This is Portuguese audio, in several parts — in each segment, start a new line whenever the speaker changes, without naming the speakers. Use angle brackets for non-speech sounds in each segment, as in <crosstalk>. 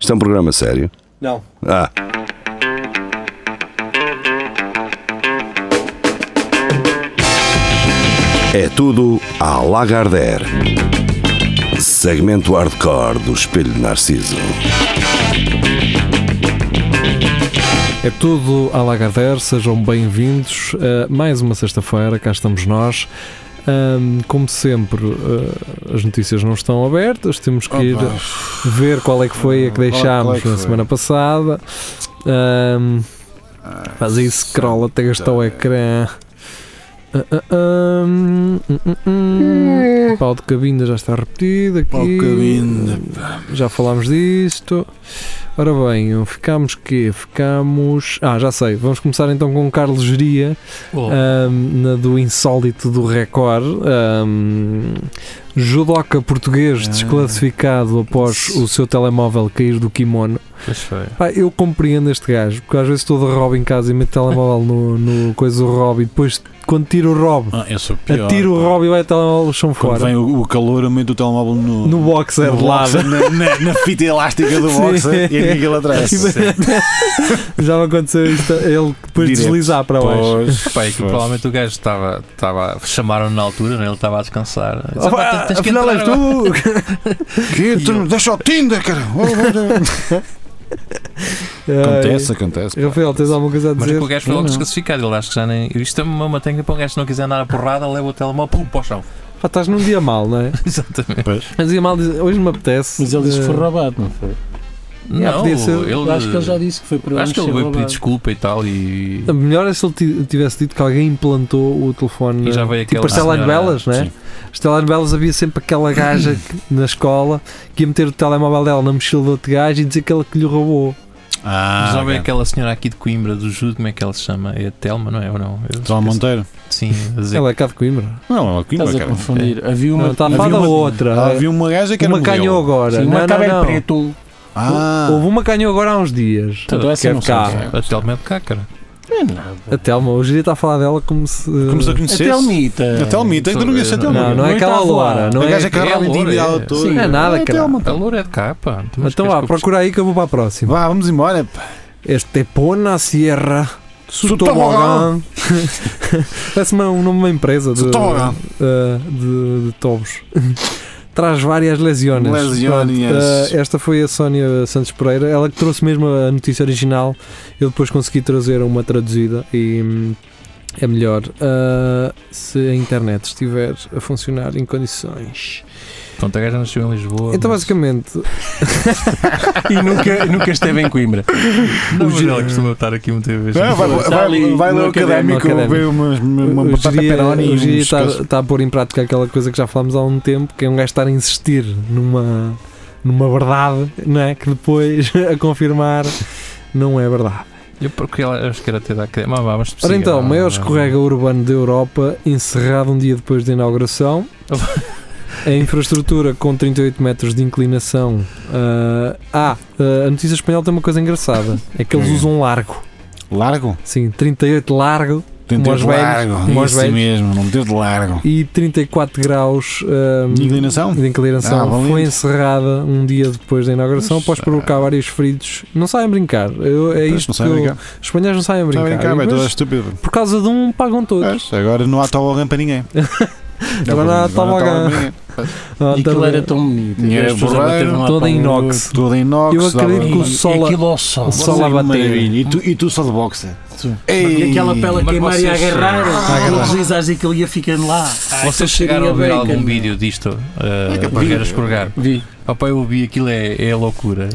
Isto é um programa sério.
Não.
Ah, é tudo à Lagardère. Segmento hardcore do Espelho de Narciso.
É tudo à Lagardère, sejam bem-vindos. a mais uma sexta-feira, cá estamos nós. Ahm, como sempre, ah, as notícias não estão abertas, temos que ir ver qual é que foi a que
Qual é que
deixámos na
foi?
semana passada. Ahm,
Ah,
faz aí scroll até gastar o ecrã. Ah, ah, ah, hum, hum, hum. Pau de cabinda já está repetido aqui.
Pau de cabinda,
Já falámos disto. Ora bem, ficámos que Ficámos. Ah, já sei. Vamos começar então com o Carlos Geria, ahm, na do insólito do Record. Ahm, judoca português
Ah.
desclassificado após o seu telemóvel cair do kimono.
Mas foi.
Pá, eu compreendo este gajo, porque às vezes estou de Rob em casa e meto o telemóvel no, no coisa do Rob e depois quando tiro o Rob,
Ah, eu sou pior.
atiro o Rob e vai o telemóvel no chão
Quando
fora.
vem o, o calor, eu meto o telemóvel no,
No
é
boxer
no
de lado.
boxer, na, na- na fita elástica do
Sim.
boxer e aqui aquilo atrás.
<laughs> Já me aconteceu isto, ele depois
Direto.
deslizar para baixo.
Pois,
Pá, é que
pois.
provavelmente o gajo estava. estava chamaram-no na altura, né? ele estava a descansar. Disse, "Ah, pá,
Opa,
tens que
afinal és
entrar agora."
tu! Que, tu Hum, deixa o Tinder, cara! Oh, Acontece, acontece.
Ai, É, Rafael, tens alguma coisa a
Mas é
dizer?
o gajo foi logo
Não.
desclassificado. Ele acho que já nem. Isto é uma matéria para um gajo, se não quiser andar a porrada, leva o telemóvel pum, para o chão. <laughs>
Pá, estás num dia mal, não é?
Exatamente.
Mas dia mal, diz, hoje me apetece.
Mas ele disse que foi
eh,
roubado, não foi?
Yeah,
não,
podia ser.
Eu
ele,
acho que ele já disse que foi para
acho que ele veio pedir desculpa e tal. E,
Melhor é se ele ti- tivesse dito que alguém implantou o telefone.
e já veio aquela.
Tipo as telenovelas, né?
é?
Sim.
As telenovelas havia sempre aquela gaja que- na escola que ia meter o telemóvel dela na mochila do outro gajo e dizer que ela que lhe roubou.
Ah,
já veio
ok.
aquela senhora aqui de Coimbra do Judo, como é que ela se chama? É a Telma, não é? Ou não? Eu
João
esqueci.
Monteiro?
Sim, a dizer
Ela é cá de Coimbra.
Não, é o Coimbra,
Estás a
cara.
confundir. é. Havia uma.
Não, está a
havia
falar da
uma-
outra.
Ah, havia uma gaja que era
Uma
modelo.
canhou agora.
Sim,
não, é
uma
não,
cabelo
não.
preto.
Ah,
Houve uma canhou agora há uns dias.
Portanto, essa
Que é
não
de
sei
cá.
quem é.
A Telma é de cá, cara.
É nada.
A Telma, hoje dia está a falar dela como se.
como se a
A
conhecesse.
Telmita.
A Telmita, então não conhecia a
Não,
Telmita.
não, é
Não
aquela
está a falar.
Loara. Não
a
é,
gaja que
é
agarrava
a loura,
intimidade
é.
toda.
Sim, é nada,
a
cara.
Telma.
A Loura é de cá, pá. Mas
Então
queres
vá,
que eu
procura aí que eu vou para a próxima.
Vá, vamos embora.
Estepona Sierra
Sotobogã.
Sotobogã. <laughs> Parece uma, um nome de uma empresa de,
Sotobogã.
eh, de, de tobos. <laughs> Traz várias lesiones.
Lesiones.
Pronto, eh, esta foi a Sónia Santos Pereira, ela que trouxe mesmo a notícia original. Eu depois consegui trazer uma traduzida e hum, é melhor eh, se a internet estiver a funcionar em condições.
Pronto, a gaja nasceu em Lisboa.
Então,
mas-
basicamente,
E nunca, nunca esteve em Coimbra.
Não, mas
gi-
ela costuma estar aqui muitas vezes.
Não, vai, vai,
Está
vai,
ali
vai
no
ler o académico,
académico,
académico.
vê umas, uma
Hoje
batata
diria-
peroni
hoje
e um
diria
uns
está,
coisas.
está a pôr em prática aquela coisa que já falámos há um tempo, que é um gajo estar a insistir numa, numa verdade, não é? Que depois <laughs> a confirmar não é verdade.
Eu porque ela, acho que era até da academia. Mas, mas
Ora
siga,
é
então,
vá,
maior
vá.
escorrega urbano da Europa, encerrado um dia depois da
<laughs>
inauguração. A infraestrutura com 38 metros de inclinação. ah, ah, a notícia espanhola tem uma coisa engraçada: é que eles
Hum.
usam largo.
Largo?
Sim, 38 largo
Tem
Como
de
aos
ter de
velhos.
largo.
Como aos
Isso
velhos.
mesmo, não ter de largo.
e 34 graus. ah,
De inclinação?
de
Ah,
inclinação
valente.
foi encerrada um dia depois da inauguração após provocar vários feridos. Não saem brincar. Eu- é
Pois,
isto
não sei
que eu-
brincar.
Os espanhóis não saem
Está
brincar.
a É. brincar, vai,
Mas
toda estúpida.
por causa de um pagam todos.
Pois, Agora não há tobogã para ninguém.
<laughs> Agora não há tobogã.
para ninguém.
Ah,
E aquilo
tá-
era tão bonito.
E era
As pessoas a
borrairo,
bater de um lado
toda
para o
em inox.
outro.
Tudo em inox.
Eu acredito
dava-
que o
E- e
sol-
Aquilo ao sol.
o sol
Dava
a bater.
maravilha. E tu, e tu só de boxer.
Tu.
Ei.
E aquela pele a
Mas
queimar e a
vocês-
agarrar.
Ah,
Aquilo
agarrar.
deslizar e aquilo ia ficando lá. Ai,
Ah, Vocês
que cheirinho
chegaram a ver
bacon.
algum vídeo disto? Uh,
capaz de
Vieira
ver.
escorregar.
Vi.
Opa, eu vi aquilo, é, é loucura.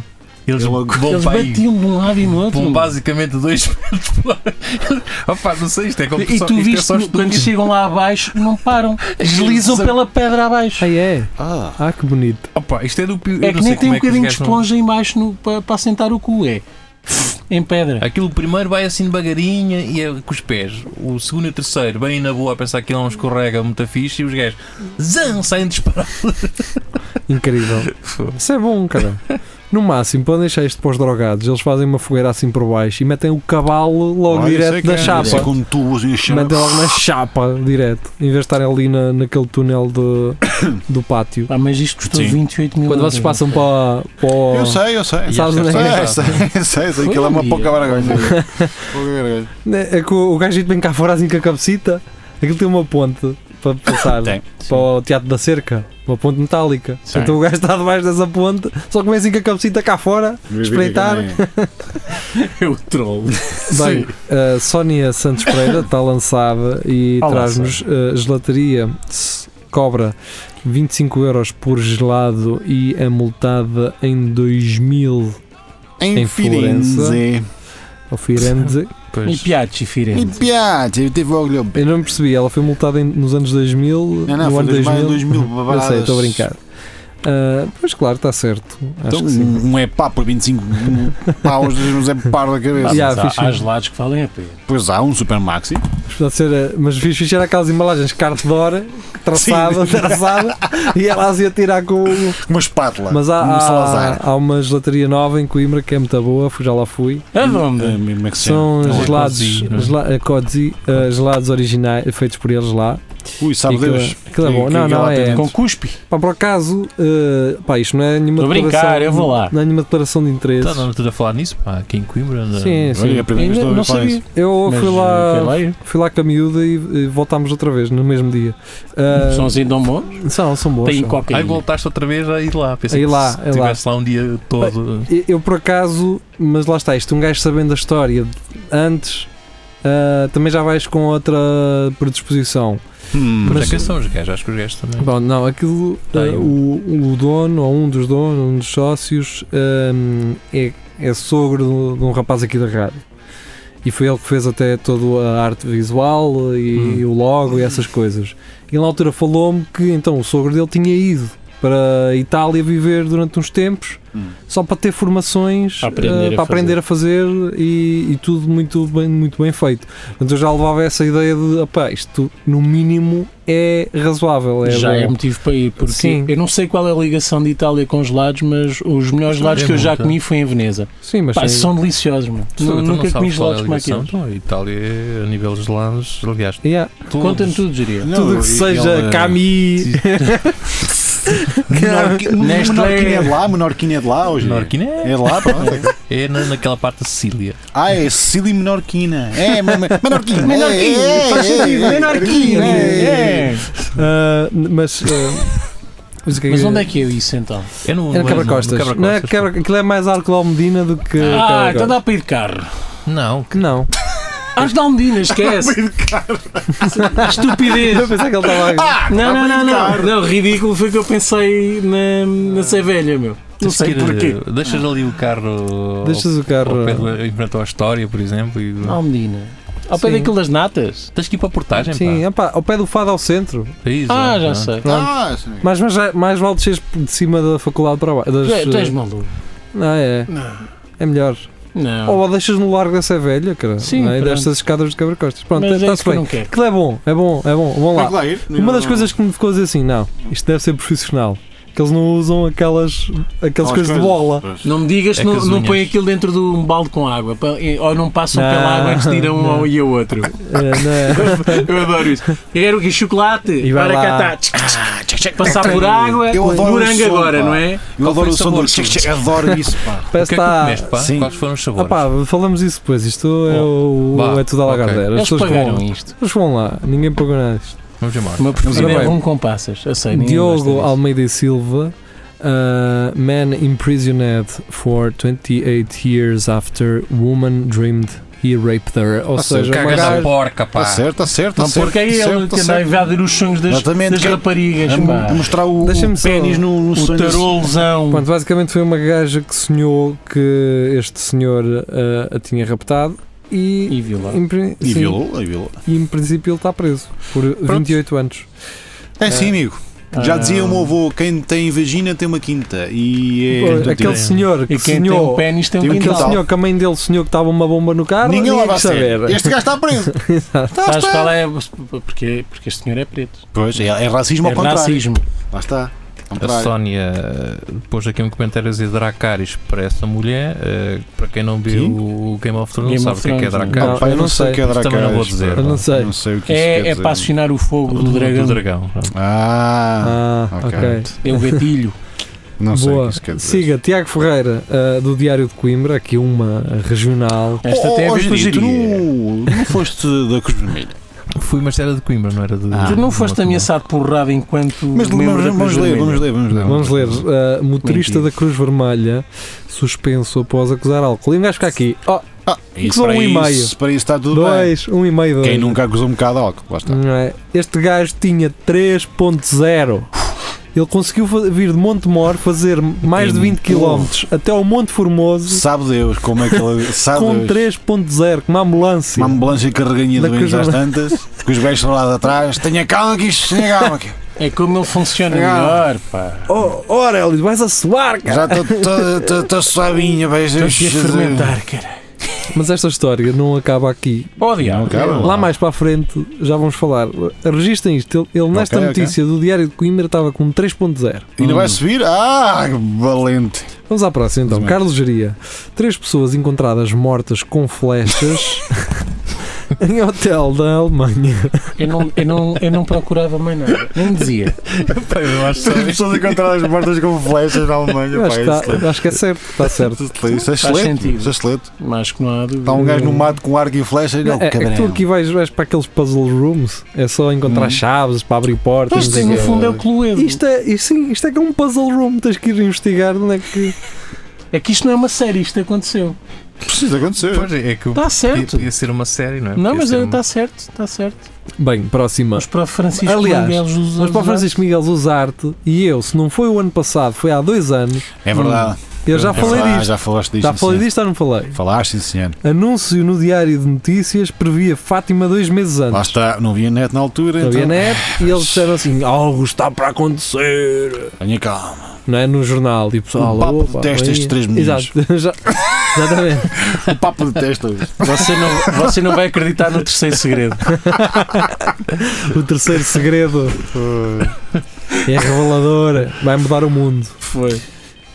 Eles
É loucura.
vão
Eles
para aí.
batiam de um lado e no outro.
Vão basicamente dois <laughs> metros para lá. Opa, não sei, isto é como
E
só- isto
tu
é
viste
só
no- quando
estúpido.
chegam lá abaixo, não param. Deslizam
Sim.
pela pedra abaixo.
Ai, é.
Ah,
Ah, que bonito.
Opa, isto é do pior. eu
É que
não sei
nem tem
como
um
é que os
bocadinho de
gajos não-
esponja em baixo no- para, para assentar o cu. É em pedra.
Aquilo primeiro vai assim devagarinho e é com os pés. O segundo e o terceiro bem na boa a pensar que ele não escorrega muito fixe e os gajos zan, saem disparados.
<laughs>
Incrível. Isso é bom, cara. No máximo, podem deixar isto para os drogados. Eles fazem uma fogueira assim por baixo e metem o cavalo logo
olha, isso é
direto
que
na
é- isso é
chapa.
com tubos e encher.
Metem logo na chapa direto. Em vez de <coughs> estarem ali na, naquele túnel de, do pátio.
Pá, mas isto custou
Sim.
28 mil
Quando
Uhum.
vocês passam para, para o-
Eu sei, eu sei.
é Sabes onde é que
Sei,
é?
sei, sei, sei.
Foi
Aquilo é
um
uma
dia.
pouca vergonha.
<laughs>
Pouca vergonha.
Né, É que o o gajito vem cá fora assim com a cabecita. Aquilo tem uma ponte para passar
Tem.
para o Teatro da Cerca, uma ponte metálica.
Sim.
Então o gajo está debaixo dessa ponte, só começa assim com a cabecita cá fora. Espreitar.
É
Eu troll.
Bem, a Sónia Santos Pereira está lançada e
Olá,
traz-nos a gelateria se cobra 25 euros por gelado e é multada em 2000
Em
Em
Firenze.
ao
<laughs>
Firenze.
E Piazzi
Em
Firenze.
Piazza, eu tive orgulho.
Eu não percebi, ela foi multada em- nos anos 2000,
Não, não,
no
foi
ano
2000,
2000.
2000
Eu sei,
babaladas.
estou a brincar. Ah, pois claro, está certo. Acho
Então,
que sim.
um é pá por 25 paus, nos é par da cabeça.
Yeah.
Mas há-
fixe.
há gelados que valem a pena.
Pois há um super maxi.
Mas pode ser, ah, mas fiz fixe era aquelas embalagens carte de hora, traçada, traçada, e ela as ia tirar com.
Uma espátula.
Mas há,
um
há,
Salazar.
há uma gelateria nova em Coimbra que é muito boa, fui- já lá fui.
Aonde?
Ah, como é que se chama?
São
é uma
gelados,
cozinha, não é?
gela- ah, cozzi, ah, gelados originais feitos por eles lá.
é? Ui, sabe
E aquilo-
Tá Deus.
aquilo é
Que-
bom.
que-
Não,
que
não,
lá tem
é-
dentro.
Com cuspe.
Pá, por acaso, ah, pá, isto não é nenhuma
Estou a brincar,
declaração-
eu vou lá.
Não é nenhuma declaração de interesse.
Está na altura a falar nisso, pá, aqui em Coimbra. na-
Sim, sim.
Olha, é a primeira vez que estou a
Não
ouvir falar
sabia.
disso.
Eu
Mas,
fui
eh,
lá,
foi lá.
fui lá com a miúda e, e voltámos outra vez no mesmo dia. Ah,
São assim tão bons.
são, são boas.
Têm
são.
Aí
cocaína.
voltaste outra vez a ir lá. Pensei
Aí
que
lá,
se
aí lá.
estivesse lá um dia todo.
Eu, eu, por acaso, mas lá está, isto um gajo sabendo a história de antes, ah, também já vais com outra predisposição.
Hum,
Mas,
Mas-
é que são os gajos, acho que os gajos também.
Bom, não, aquilo, ah,
Tem.
o, o dono, ou um dos donos, um dos sócios, ah, é, é sogro de um- de um rapaz aqui da rádio. E foi ele que fez até toda a arte visual e o logo e essas coisas. E na altura falou-me que então o sogro dele tinha ido para a Itália viver durante uns tempos
Hum.
só para ter formações
A aprender
eh,
a
para aprender a fazer e, e tudo muito bem, muito bem feito. Portanto, eu já levava essa ideia de opá, isto no mínimo é razoável. É
Já
bom.
é motivo para ir, porque
Sim.
eu não sei qual é a ligação de Itália com gelados, mas os melhores gelados
É
que eu já
muito.
comi foi em Veneza.
Sim, mas
Pá,
sim.
são deliciosos, mano.
Tu- tu não
Nunca
sabes
comi
qual é a
gelados como
ligação?
aquilo.
Então, a Itália, é, a nível de gelados, aliás,
Yeah,
todos-
Conta-me tudo, diria.
não,
tudo o que
e-
seja
ele-
Cami.
Menorqui-
Nestlé.
Menorquinha é de lá, menorquinha é de lá hoje.
Menorquina é,
É de lá, pronto.
é na- naquela parte da Sicília.
Ah, é Sicília e Menorquina. É, me- me- Menorquina.
Menorquinha,
É, é,
faz
é,
sentido,
é,
menorquinha,
é.
é.
Ah, mas. ah, mas o que
Mas onde é que é isso então?
É no,
É
no-
no
no
Quebra-Costas.
Quebra-Costas,
Não é
pá.
quebra, aquilo é mais arco de Almedina do que.
Ah, então
Quebra-Costas.
dá para ir de carro.
Não,
<laughs>
Não.
Acho que Almedina, esquece. Estupidez.
Eu pensei que ele estava. a-
Não, não, não, não.
carro.
Não, ridículo foi o que eu pensei na, na Sevelha, meu. Não
tens
sei
que ir,
porquê.
eh, Deixas ali o carro.
Deixas o
ao-
carro.
ao pé do- em frente à história, por exemplo. E,
Almedina. Ao pé
Sim.
daquilo das natas?
Tens que ir para a portagem,
Sim,
pá.
opá, ao pé do fado ao centro.
É isso,
Ah,
é,
já
não.
sei.
Ah, sim.
Mas, mas já- mais vale desceres de cima da faculdade para baixo. das-
Tu, é- tu és maluco.
Não, é. É melhor.
Não.
Ou a deixas no largo dessa velha, cara.
Ah. Sim,
não é? E
pronto.
destas escadas de quebra-costas. Pronto,
Mas é isso
está-se
que eu
bem.
não quero.
Aquilo é bom, é bom, é bom. Vão
Tem que
lá.
lá ir?
Uma das coisas que me ficou a dizer assim, não, isto deve ser profissional. Que eles não usam aquelas, aquelas
Aquelas
coisas de
coisas.
bola.
Pois.
Não me digas
É
que não,
que as
não
unhas.
põe aquilo dentro de um balde com água. pa- Ou não passam
Não,
pela água antes de ir a um
não.
ao- e
<laughs>
ao outro.
É,
<laughs>
não é?
Eu adoro isso. Eu quero que chocolate.
E vai
para cá
lá.
tá. Tch, tch, tch, tch. Passar por água.
Eu adoro
Morango
o som,
agora,
pá.
não é?
Eu
Qual foi
adoro
o
o som
sabor
do
que tu
tchic, tchic, adoro isso, pá.
O que
Parece que
é que tu
está.
comeste, pá?
Sim.
Quais foram os
Ah,
sabores?
pá, falamos disso depois. Isto é, o,
vá,
é tudo a
ok.
lagardeira. As
Eles
pessoas vão
pagaram
lá.
isto.
As pessoas vão lá. Ninguém pagou nada disto.
Vamos embora.
Uma preferida
Ora
é
bem.
rum com passas. Eu sei, ninguém gosta
Diogo
disso.
Almeida e Silva, uh, man imprisoned for 28 years after woman dreamed he raped her. Ou
Ah,
seja, uma
Caga na
gaja,
porca, pá.
Está certo, está certo. tá
Não,
certo,
porque é
tá
ele
certo,
que
tá
anda a
certo.
invadir os sonhos das,
Exatamente,
das
que- é um
raparigas,
A
pá.
mo- Mostrar o
Deixa-me
o
só-
pênis no no
O
sonho.
tarolzão.
Pronto, basicamente foi uma gaja que sonhou que este senhor uh, a tinha raptado e,
E viu lá.
em, prin-
E
sim,
violou, e violou.
e em princípio ele está preso por 28 anos.
É sim, amigo. Já
Ah.
dizia o meu avô, quem tem vagina tem uma quinta. E
Pois,
é. do
aquele
tipo.
senhor que
E quem tem
sonhou.
um pênis tem um
tem um
Aquele
quintal.
quintal.
senhor que a mãe dele sonhou que estava uma bomba no carro,
Ninguém lá
ninguém
vai
quer saber.
saber. Este gajo está preso. Está,
Sabes
está.
qual é? Porque, porque este senhor é preto.
Pois, é, é racismo
é
ao contrário.
racismo.
Lá está.
A
Contrário.
Sónia eh, pôs aqui um comentário a dizer Dracarys para essa mulher. eh, para quem não viu
Quem?
o Game of Thrones,
Game
não sabe
of
o que é que é
Thrones,
Dracarys.
Não, eu não sei.
o que é
Isso também não vou dizer.
Eu não sei.
Não sei o que isso quer
É, é
dizer.
para assinar o fogo do, dragão.
Ah,
Ah,
ok.
ok.
É o gatilho.
não sei o
Boa.
que isso quer dizer.
Siga Tiago Ferreira, ah, do Diário de Coimbra, aqui uma regional.
Esta
oh,
até é
oh,
bem
Judito,
giria.
não, não foste da Cruz Vermelha.
Fui, mas era de Coimbra, não era de.
Ah.
Tu não foste
de-
ameaçado por porrada enquanto.
<laughs> Mas
membro
vamos,
da Cruz
vamos ler,
Vermelha.
vamos ler, Então, vamos ler.
Vamos ler. ah, motorista
Mentira.
da Cruz Vermelha, suspenso após acusar álcool. E um gajo fica aqui. Ó,
Ah, isso
Acusou
para
um e-mail.
isso- Para isso está tudo bem.
dois, um e meio, dois.
Quem nunca acusou um bocado de álcool, lá está.
Não é? Este gajo tinha 3.0. Ele conseguiu fa- vir de Montemor fazer mais de 20 km até ao Monte Formoso
Sabe Deus como é que <laughs> ele. Sabe
com
Deus.
3.0 com uma ambulância.
Uma ambulância carreganha
Da
de doentes
Cruz
às tantas, com os gajos lá de atrás. Tenha calma que isto tenha calma aqui.
É como ele funciona
Ah.
melhor, pá.
Oh, oh Aurélio, vais a suar, cara.
Já estou- estou estou- estou suavinha, veja.
Estou aqui a fermentar, cara.
Mas esta história não acaba aqui.
Oh, diabo.
Não acaba.
Lá mais para a frente já vamos falar. Registem isto. Ele, ele nesta
Ok, ok.
notícia do Diário de Coimbra estava com 3.0.
Ainda vai subir? Ah, que valente.
Vamos à próxima então.
Muito bem.
Carlos Geria. Três pessoas encontradas mortas com flechas em hotel da Alemanha.
Eu não, eu, não, eu não procurava mais nada. Nem <laughs> dizia.
Pá, eu acho que
As pessoas encontraram as mortas com flechas na Alemanha.
Eu
Pá,
acho, que
isso
tá- acho que é certo. Está certo.
é- isso é excelente.
sentido.
Isso é excelente.
Mas que não há dúvida.
Está
Então,
um gajo no mato com arco e flecha e não,
É, é que tu aqui vais, vais para aqueles puzzle rooms, é só encontrar
Hum.
chaves para abrir portas.
Isto
não sei
no
quê.
fundo é o Cluedo.
Isto é, isto, sim, isto é que é um puzzle room, tens que ir investigar onde é que.
É que isto não é uma série, isto aconteceu.
Precisa acontecer.
Pois é, é que
Está Tá certo.
ia, ia ser uma série, não é?
Não,
Ia
mas
ser
um-
é-
uma-
está certo, está certo.
Bem, próxima.
Mas para o Francisco
Aliás,
Miguel Jesus
Mas para o
Azar-
Francisco Miguel Zuzarte e eu, se não foi o ano passado, foi há dois anos,
É verdade.
eu já
É
falei
verdade,
disto.
Já falaste disto.
Já
sim,
falei
senhor.
disto ou não falei?
Falaste, sim, senhor.
Anúncio no Diário de Notícias previa Fátima dois meses
Lá
antes.
está, não havia net na altura.
Não
Ah, então,
havia net e eles disseram assim: algo está para acontecer.
Tenha calma.
Não é? No jornal. E o pessoal.
O papo
opa,
detesta
bem-
estes três meninos.
Exato. <laughs> Já- Exatamente.
O papo de testa
<laughs>
hoje.
<laughs> Você não, você não vai acreditar no terceiro segredo.
O terceiro segredo é revelador. Vai mudar o mundo.
<laughs> Foi.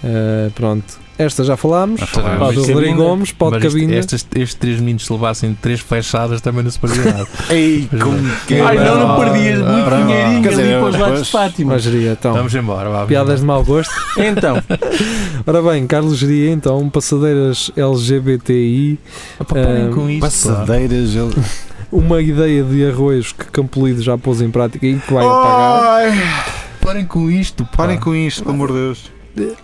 Uh, pronto. Esta já falámos.
Já falámos.
Pá, do
Mas
Rodrigo
cabinda.
Gomes, pau de
é Mas isto- é
cabinda.
estas- estes três meninos se levassem três fechadas também não se perdia nada.
Ei, como que
Ai não, não
é?
perdias
Ah,
muito
ah,
dinheirinho
quer
ali
dizer,
para os lados
pois,
de Fátima.
Mas geria, então.
Vamos embora, vá.
Piadas de mau
<laughs>
gosto.
Então,
Ora bem, Carlos Geria, então, passadeiras LGBTI,
Ah, pá, parem
Ah,
com isso. pá.
Passadeiras. Ele...
uma ideia de arroz que Campolido já pôs em prática e que
Oh!
vai apagar.
Ai,
Parem com isto. pá.
parem com isto, pelo amor de Deus.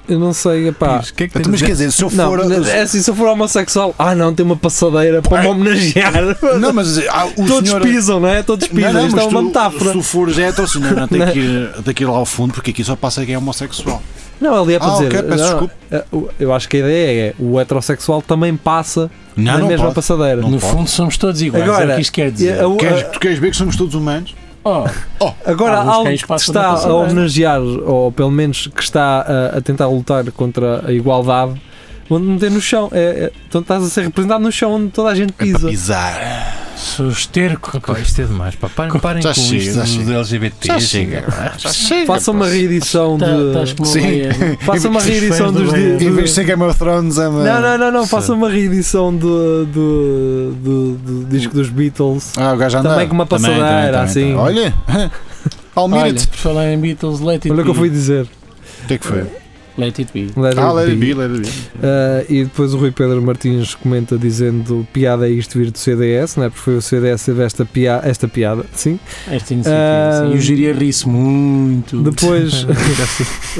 Eu não sei, epá.
Pires, o que é que
Então, Mas,
tens a
quer
dizer?
dizer, se eu
Não,
for.
é assim, se eu for homossexual, ah não, tem uma passadeira para me homenagear.
<laughs> Não, mas ah, o
Todos
senhor.
pisam, não é? Todos
Não,
pisam.
não,
Isto
mas
é uma
tu,
metáfora.
Se tu fores hétero, assim, não, não,
Não. <laughs>
tem que, ir, tem que ir lá ao fundo, porque aqui só passa quem é homossexual.
Não, ali é para
Ah,
dizer.
ok, peço
não,
desculpa.
eh, o- Eu acho que a ideia é o heterossexual também passa
Não,
na
não
mesma
pode.
passadeira.
Não
no
pode.
fundo somos todos iguais. é
Agora,
o que isto quer
E
dizer.
a- um-
Queres,
a-
tu queres ver que somos todos humanos?
Oh,
agora,
Alguns
algo
gays
que
passam na
está a
passadeira.
homenagear, ou pelo menos que está a, a tentar lutar contra a igualdade, onde meter no chão. É, é- então estás a ser representado no chão onde toda a gente
É para
pisa.
pisar.
sou esterco.
Pá, isto é demais, pá. Parem, parem
Já
com
chega, já
isto
chega.
do LGBT.
Já chega. pá, Já chega.
Faça uma
pá.
reedição
Tá, Estás
um de.
como
Sim.
<laughs> Faça uma
Os fãs
reedição
do
dos
bem.
dias.
Em vez de ser Game of Thrones, é uma.
Não, não, não, não, faça uma reedição do, do, do, do disco dos Beatles.
Ah, o gajo anda.
Também com uma passadeira, assim.
Olha, <laughs>
Olha,
Almirante.
por falar em Beatles, Let It
Um Olha o que eu
Be.
fui dizer.
O que é que foi?
Let It Be.
Let
Ah,
it
Lady
be.
B, Lady B.
Ah, e depois o Rui Pedro Martins comenta dizendo piada é isto vir do CDS, não é? Porque foi o CDS que teve esta, pia esta piada, sim.
Esta iniciativa.
Ah,
É, sim. E o Giria ri-se muito.
Depois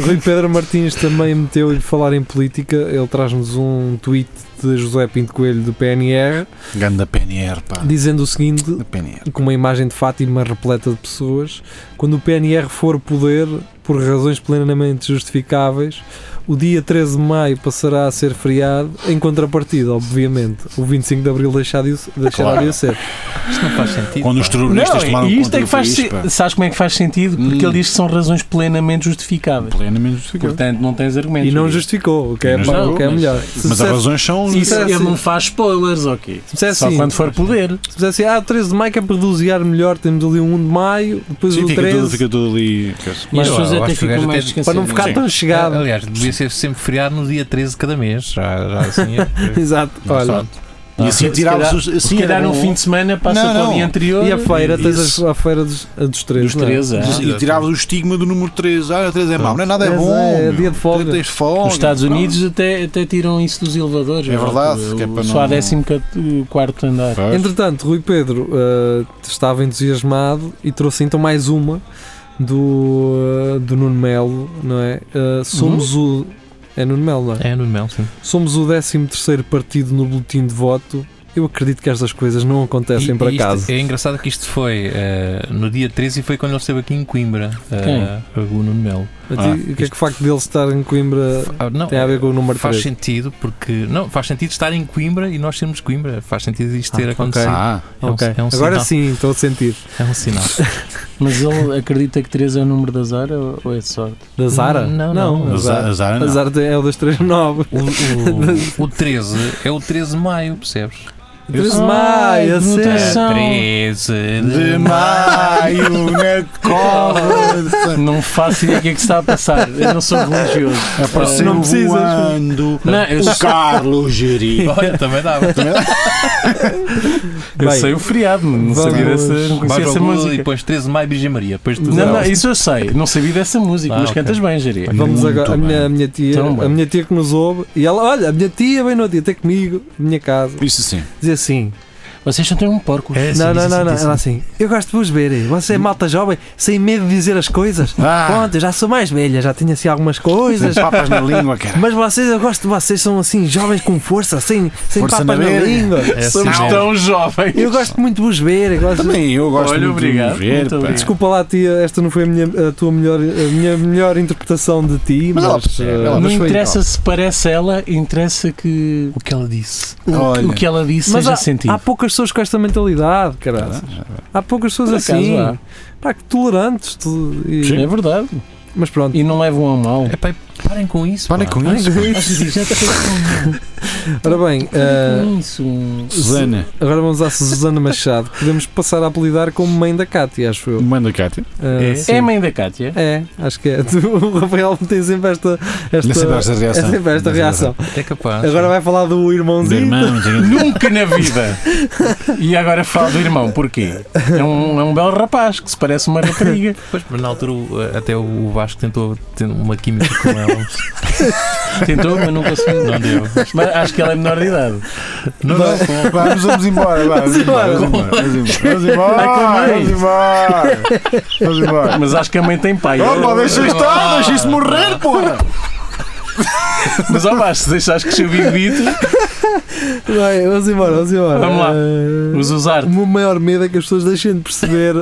Rui Pedro Martins também meteu-lhe falar em política, ele traz-nos um tweet de José Pinto Coelho do PNR
Ganda PNR, pá.
dizendo o seguinte,
Da PNR.
com uma imagem de Fátima repleta de pessoas, quando o PNR for poder, por razões plenamente justificáveis, o dia 13 de maio passará a ser feriado, em contrapartida, obviamente, o 25 de abril deixará de, o- deixará
Claro.
de o ser.
Isto não faz sentido.
Quando os terroristas
Não,
tomaram
e
conta
isto é que
do
faz
país, pá.
sentido. Sabes como é que faz sentido? Porque
Hum.
ele diz que são razões plenamente justificáveis.
Plenamente justificado.
Portanto, não tens argumentos.
E não
Giria.
justificou, o que é, pá,
Não
justificou,
o que é
mas-
melhor. Se
Mas as
dissesse,
razões são.
Isso,
Isso é
ele
assim.
não faz spoilers, ok.
se dissesse
Só
assim,
quando for poder.
se dissesse, ah, 13 de maio que é para reduziar melhor, temos ali um 1 de maio, depois
Sim,
o
fica
13.
tudo, fica tudo ali.
E as pessoas a
Eu
até
acho que o
ficam
gajo
mais
até-
Para
descansados.
não ficar
Sim.
tão chegado.
Aliás, devia ser sempre feriado no dia 13 de cada mês. Já, já assim. <laughs> é-
<laughs> Exato.
Não,
Olha,
pronto.
E assim
Ah, Se
tirava
calhar-
os. Assim
Se calhar
era
no
bom.
fim de semana passa
Não,
para o
não.
dia anterior.
e a feira, tens
Isso.
a, a feira dos, a dos três.
é Dos
não é?
13, ah.
E tirava o estigma do número 3. Ah, o 3 é mau. Não é nada, é
Três
bom.
é
meu.
dia de folga.
Tu Tens folga.
Nos Estados Unidos até, até tiram isso dos elevadores.
É verdade, que é para
Só
não-
há 14 andar.
Pronto.
Entretanto, Rui Pedro eh, estava entusiasmado e trouxe então mais uma do, eh, do Nuno Melo, não é? Eh, somos
Hum?
o. É Nuno Melo, não é?
É no mel, sim.
Somos o 13 partido no boletim de voto. Eu acredito que estas coisas não acontecem
E-
por
e isto-
acaso.
É engraçado que isto foi eh, no dia 13 e foi quando ele esteve aqui em Coimbra. eh, o Nuno Melo.
A ti,
Ah,
o que é que
isto-
o facto dele estar em Coimbra
Ah, não,
tem a ver com o número
faz
13?
sentido porque. Não, faz sentido estar em Coimbra e nós sermos de Coimbra. Faz sentido isto ter
Ah,
acontecido.
Ah,
É um-
Ok.
é um
Agora
sinal.
sim, estou a sentir.
É um sinal.
Mas ele acredita que 3 é o número da Zara ou ou é de sorte?
Da Zara?
Não, não,
a
a Zara-
Zara.
a Zara
A
não.
Zara tem- é o das 39.
O, o, o 13 é o 13 de maio, percebes?
13 de
sei.
maio,
Ai,
a é sério.
notação. São-
13
De maio na cova.
Não faço ideia o que é que se está a passar. Eu não sou religioso.
Apareceu
Não precisas.
voando
Não, eu
o Carlos Geri.
Olha, também dava.
Eu
Bem,
sei o feriado, mano. não sabia
vamos-
dessa,
Vais
não conhecia
ao
essa
Google e
música.
depois 13 de maio Virgem Maria. Depois tu
Não, não,
dava.
isso eu sei, não sabia dessa música,
Ah,
mas
ok.
cantas bem, Jaria.
Vamos
Muito
agora, a
bem.
minha, a minha tia,
Tão bem.
a minha tia que nos ouve, e ela, olha, a minha tia vem no dia ter comigo, na minha casa,
Isso sim.
dizia assim:
Vocês só têm um porco.
É
É,
Não, não, não, não, ela assim, eu gosto de vos verem, você é malta jovem, sem medo de dizer as coisas.
Hum. Ah,
Pronto, eu já sou mais velha, já tinha assim algumas
<laughs>
coisas,
papas na língua, cara.
mas vocês, eu gosto de vocês, são assim jovens com força, sem, sem
Força
papas
na
na,
verga.
língua.
É assim
Somos
mesmo.
tão jovens.
Eu gosto muito de vos ver, eu gosto
Também eu gosto
Olha,
muito
obrigado,
de ver.
muito
pá.
obrigado.
Desculpa lá, tia, esta não foi a, minha, a tua melhor, a minha melhor interpretação de ti, mas,
Mas ela percebe,
eh,
ela
mas
Não
foi
interessa se parece ela, interessa que
O que ela disse.
o,
Olha.
o que ela disse
Mas
seja
há,
sentido.
há poucas pessoas com esta mentalidade, caralho. Há poucas pessoas
Por acaso
assim.
há.
Pá, que tolerantes. tu- e-
É verdade.
Mas pronto.
E não levam a mal.
É pá, parem com isso.
Parem
pá.
com isso. pá.
Ora bem, eh,
Isso.
Susana,
agora vamos à Susana Machado. Podemos passar a apelidar como mãe da Cátia, acho eu.
manda tipo, Cátia.
Eh,
É?
sim.
É a mãe da Cátia.
É, acho que é. <laughs> Tu, o Rafael tem sempre esta,
Não sempre
esta,
esta
é
reação.
sempre esta reação.
É capaz.
Agora vai falar do
Do
irmãozinho.
irmão, não sei o quê.
Nunca na vida. E agora falo do irmão, porquê? É um, é um belo rapaz que se parece uma rapariga.
Pois, mas na altura o- eh, até o Vasco tentou ter uma química com ela.
Tentou, mas não conseguiu.
Não deu.
Mas acho que ela é menor de idade.
Não, não, vá, mas vamos embora, vá, vamos embora, vamos embora, vamos embora, Ah, vamos embora, vamos embora.
Mas acho que a mãe tem pai.
Oh, pá, deixa estar, deixa isso morrer, porra!
Mas ó baixo, se deixares que o bibito,
Vai, vamos embora, vamos embora.
Vamos lá.
Eh,
vamos usar.
O meu maior medo é que as pessoas deixem de
<laughs>
perceber,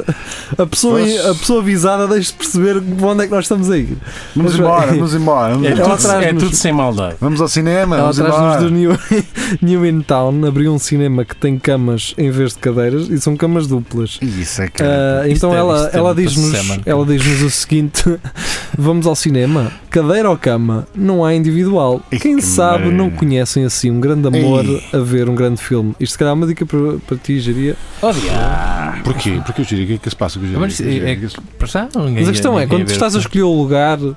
a pessoa, a pessoa avisada deixe de perceber onde é que nós estamos a ir.
Vamos embora, vamos embora, vamos
É
embora.
tudo, é
traz-nos-
tudo sem maldade.
Vamos ao cinema,
Ela
vamos
atrás-nos do
embora.
New, <laughs> New In Town abriu um cinema que tem camas em vez de cadeiras e são camas duplas.
Isso é
Ah,
isto
então
é-
ela,
isto é
ela
muito
diz-nos
semen.
ela diz-nos o seguinte: <laughs> vamos ao cinema, cadeira ou cama, não há individual.
Ih,
Quem
que
sabe não
maravilha.
conhecem assim um grande amor
Ei.
a ver um grande filme. Isto se calhar é uma dica para, para ti, Jeria.
Oh, diabo.
Porquê? Porquê o giro? O que é que se passa com o giro?
Mas,
O que é que
é-
se- o que é que se-
Para já, ninguém-
Mas a questão é,
ninguém
quando tu
vê.
estás a escolher o lugar, tu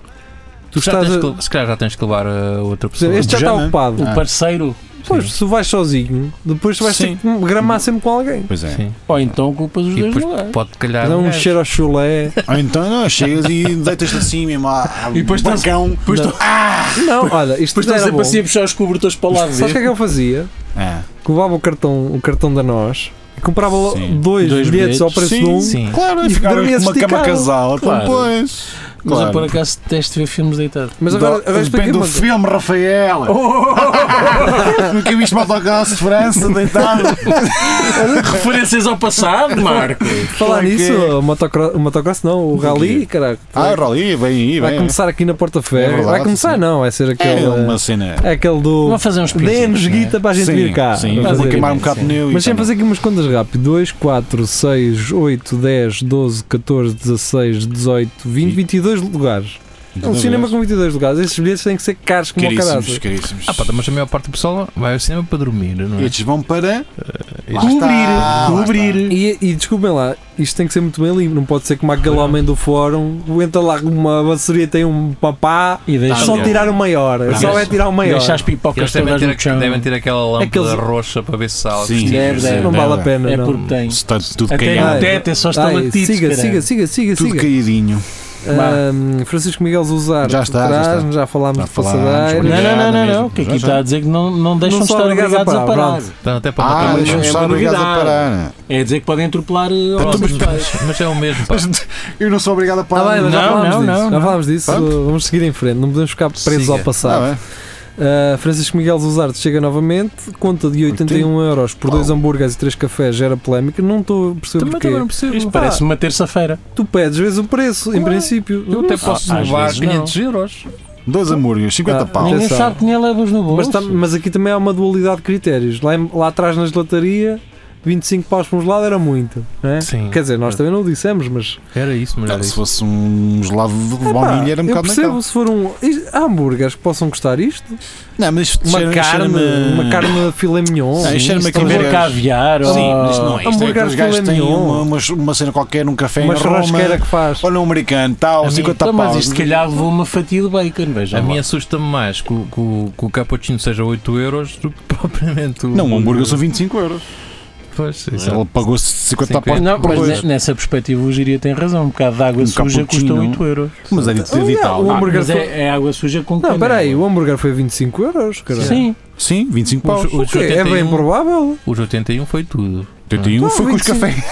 Já
estás
tens
a.
que- Se calhar já tens que levar a outra
por exemplo,
pessoa.
Este já
Já,
está
não é?
ocupado.
O parceiro.
Depois, se tu vais sozinho, depois tu vais ter
Sim.
que gramar sempre com alguém.
Pois é.
Sim.
Ou então culpas os
E
dois
depois
lugares.
pode calhar.
Dá
um
um
gajo.
cheiro ao chulé.
<laughs>
Ou então, não, chegas e deitas-te assim mesmo à, ao
E depois estás-
balcão.
Depois
Não.
estão ah,
Não, olha, isto
depois
não
estão
era
sempre
bom.
assim a puxar os cobertores para lá
Sabes o que é
ver.
que eu fazia?
Ah,
Levava o cartão, o cartão da nós e comprava lo-
Sim.
dois,
Dois
bilhetes ao preço de um.
Sim.
Claro,
E
e ficava com
dormia
uma cama
esticado.
casal. então,
Claro.
Pois.
Mas eu
Claro.
por acaso detesto ver filmes deitado.
Mas agora,
Dó-
agora explica
Depende do
uma coisa.
filme, <laughs> Rafael. Nunca viste uma autocarro de França deitado.
Referências ao passado, Marco.
Falar
Claro que
nisso,
é.
o motocross, o motocross não, o rally, caraca.
<laughs> Ah, Roli, vem aí,
vai
vem.
começar aqui na Porta Ferro.
É verdade,
vai começar,
sim.
não, vai ser
É
aquele.
uma cena.
É aquele do.
Vamos fazer uns
Dê-nos
pisos, não é?
guita para a gente
sim,
vir cá.
Sim,
Vamos
vou
fazer
queimar um
isso.
bocado de
sim.
pneu. e
Mas sempre
tal.
fazer aqui umas contas rápido. 2, 4, 6, 8, 10, 12, 14, 16, 18, 20, 22 lugares. É um cinema com 22 lugares. Esses bilhetes têm que ser caros como o
Caríssimos,
caralho.
caríssimos.
Ah, pá, mas a maior parte do pessoal vai ao cinema para dormir, não é?
Estes vão para Lá
cobrir,
está, lá
cobrir.
E, e desculpem lá, isto tem que ser muito bem limpo. Não pode ser como aquele homem do fórum entra lá com uma baçaria, tem um papá,
E deixa
só
não.
tirar o maior.
Não.
Só é tirar o maior.
Deixa as pipocas
Eles devem
todas
ter,
no chão.
devem ter aquela lâmpada
Aqueles-
roxa para ver se há
Sim,
vestígios.
deve, deve.
Não vale a pena.
É
não.
porque tem.
Está tudo
Até
caído.
Ai,
no teto é só
Ai,
estalactites.
siga,
caralho.
siga, siga, siga,
Tudo
siga.
caidinho.
Ahm, Francisco Miguel Zuzar,
Já está, já
traz,
está.
já falámos
Já
de
falámos,
passadeira.
Não,
Obrigada
não, não, não, não.
mesmo.
O que aqui
Já, já.
está a dizer que não, não deixam
Não
de
são
estar
obrigados
obrigados
a
a parar.
parar, pronto.
Portanto, Então, até para
Ah,
matar
deixa-
deixam-me
é
estar
uma
obrigados a
novidade.
parar.
É dizer que podem atropelar eh,
Mas-
homossexuais.
mas, mas é o mesmo, pá.
Eu não sou obrigado a
Ah, bem,
parar.
mas já
Não,
falámos
não,
disso.
não,
já
não.
falámos disso.
Pronto.
Vamos seguir em frente, não podemos ficar presos
Siga.
ao passado.
Ah,
Uh, Francisco Miguel Zuzardo chega novamente, conta de 81 euros por dois hambúrgueres e três cafés gera polémica. Não estou a perceber
Também,
porquê.
também não percebo.
Isto parece uma terça-feira.
Tu pedes vezes o preço, em princípio.
Eu até posso
Ah, às
levar
vezes não.
500 euros.
bem. Dois amúrios, 50
Ah,
pau.
Ninguém
Atenção.
sabe que nem levas no bolso.
mas, tá- tam- mas aqui também há uma dualidade de critérios. Lá, em- lá atrás na gelataria, 25 paus para um gelado era muito. não é?
Sim.
Quer dizer, nós também não o dissemos, mas.
Era isso,
Ah,
mas era
Se
isso.
fosse um gelado de baunilha era um
eu
bocado
percebo
naquela.
se for um. is- Há hambúrgueres que possam custar isto?
Não, mas isto
Uma
cheira-
carne,
cheira-me-
uma carne de filé mignon.
Não, isto cheira-me a
Ou
cabeça.
ver caviar. oh,
Sim,
ou-
mas isto não é. Isto é
Hambúrguer
aqueles gajos que
filé
têm
mignon.
uma, uma, uma cena qualquer num café
uma
em Roma.
churrasqueira que faz.
Olha um americano, tal,
A
50
Então,
paus.
mas isto se calhar levou uma fatia de bacon, veja.
A
lá.
mim assusta-me mais que o, que, o, que o cappuccino seja 8 euros do que <laughs> propriamente o.
Não, um hambúrguer são 25 euros.
Pois, isso é.
Ele pagou-se 50
Cinco
paus.
Não,
por
mas
dois.
ne- nessa perspectiva o Giria tem razão. Um bocado de água
Um
suja custa
cappuccino.
8 euros.
Mas é
Ah,
de
não,
tal.
o
Ah,
hambúrguer
mas é, é água suja com
Não,
canela.
espera aí, o hambúrguer foi 25 euros, caralho.
Sim,
um- Sim, 25 paus.
Os,
O
os,
quê? É bem
81,
provável.
os 81 foi tudo.
81 foi com os
25.
cafés.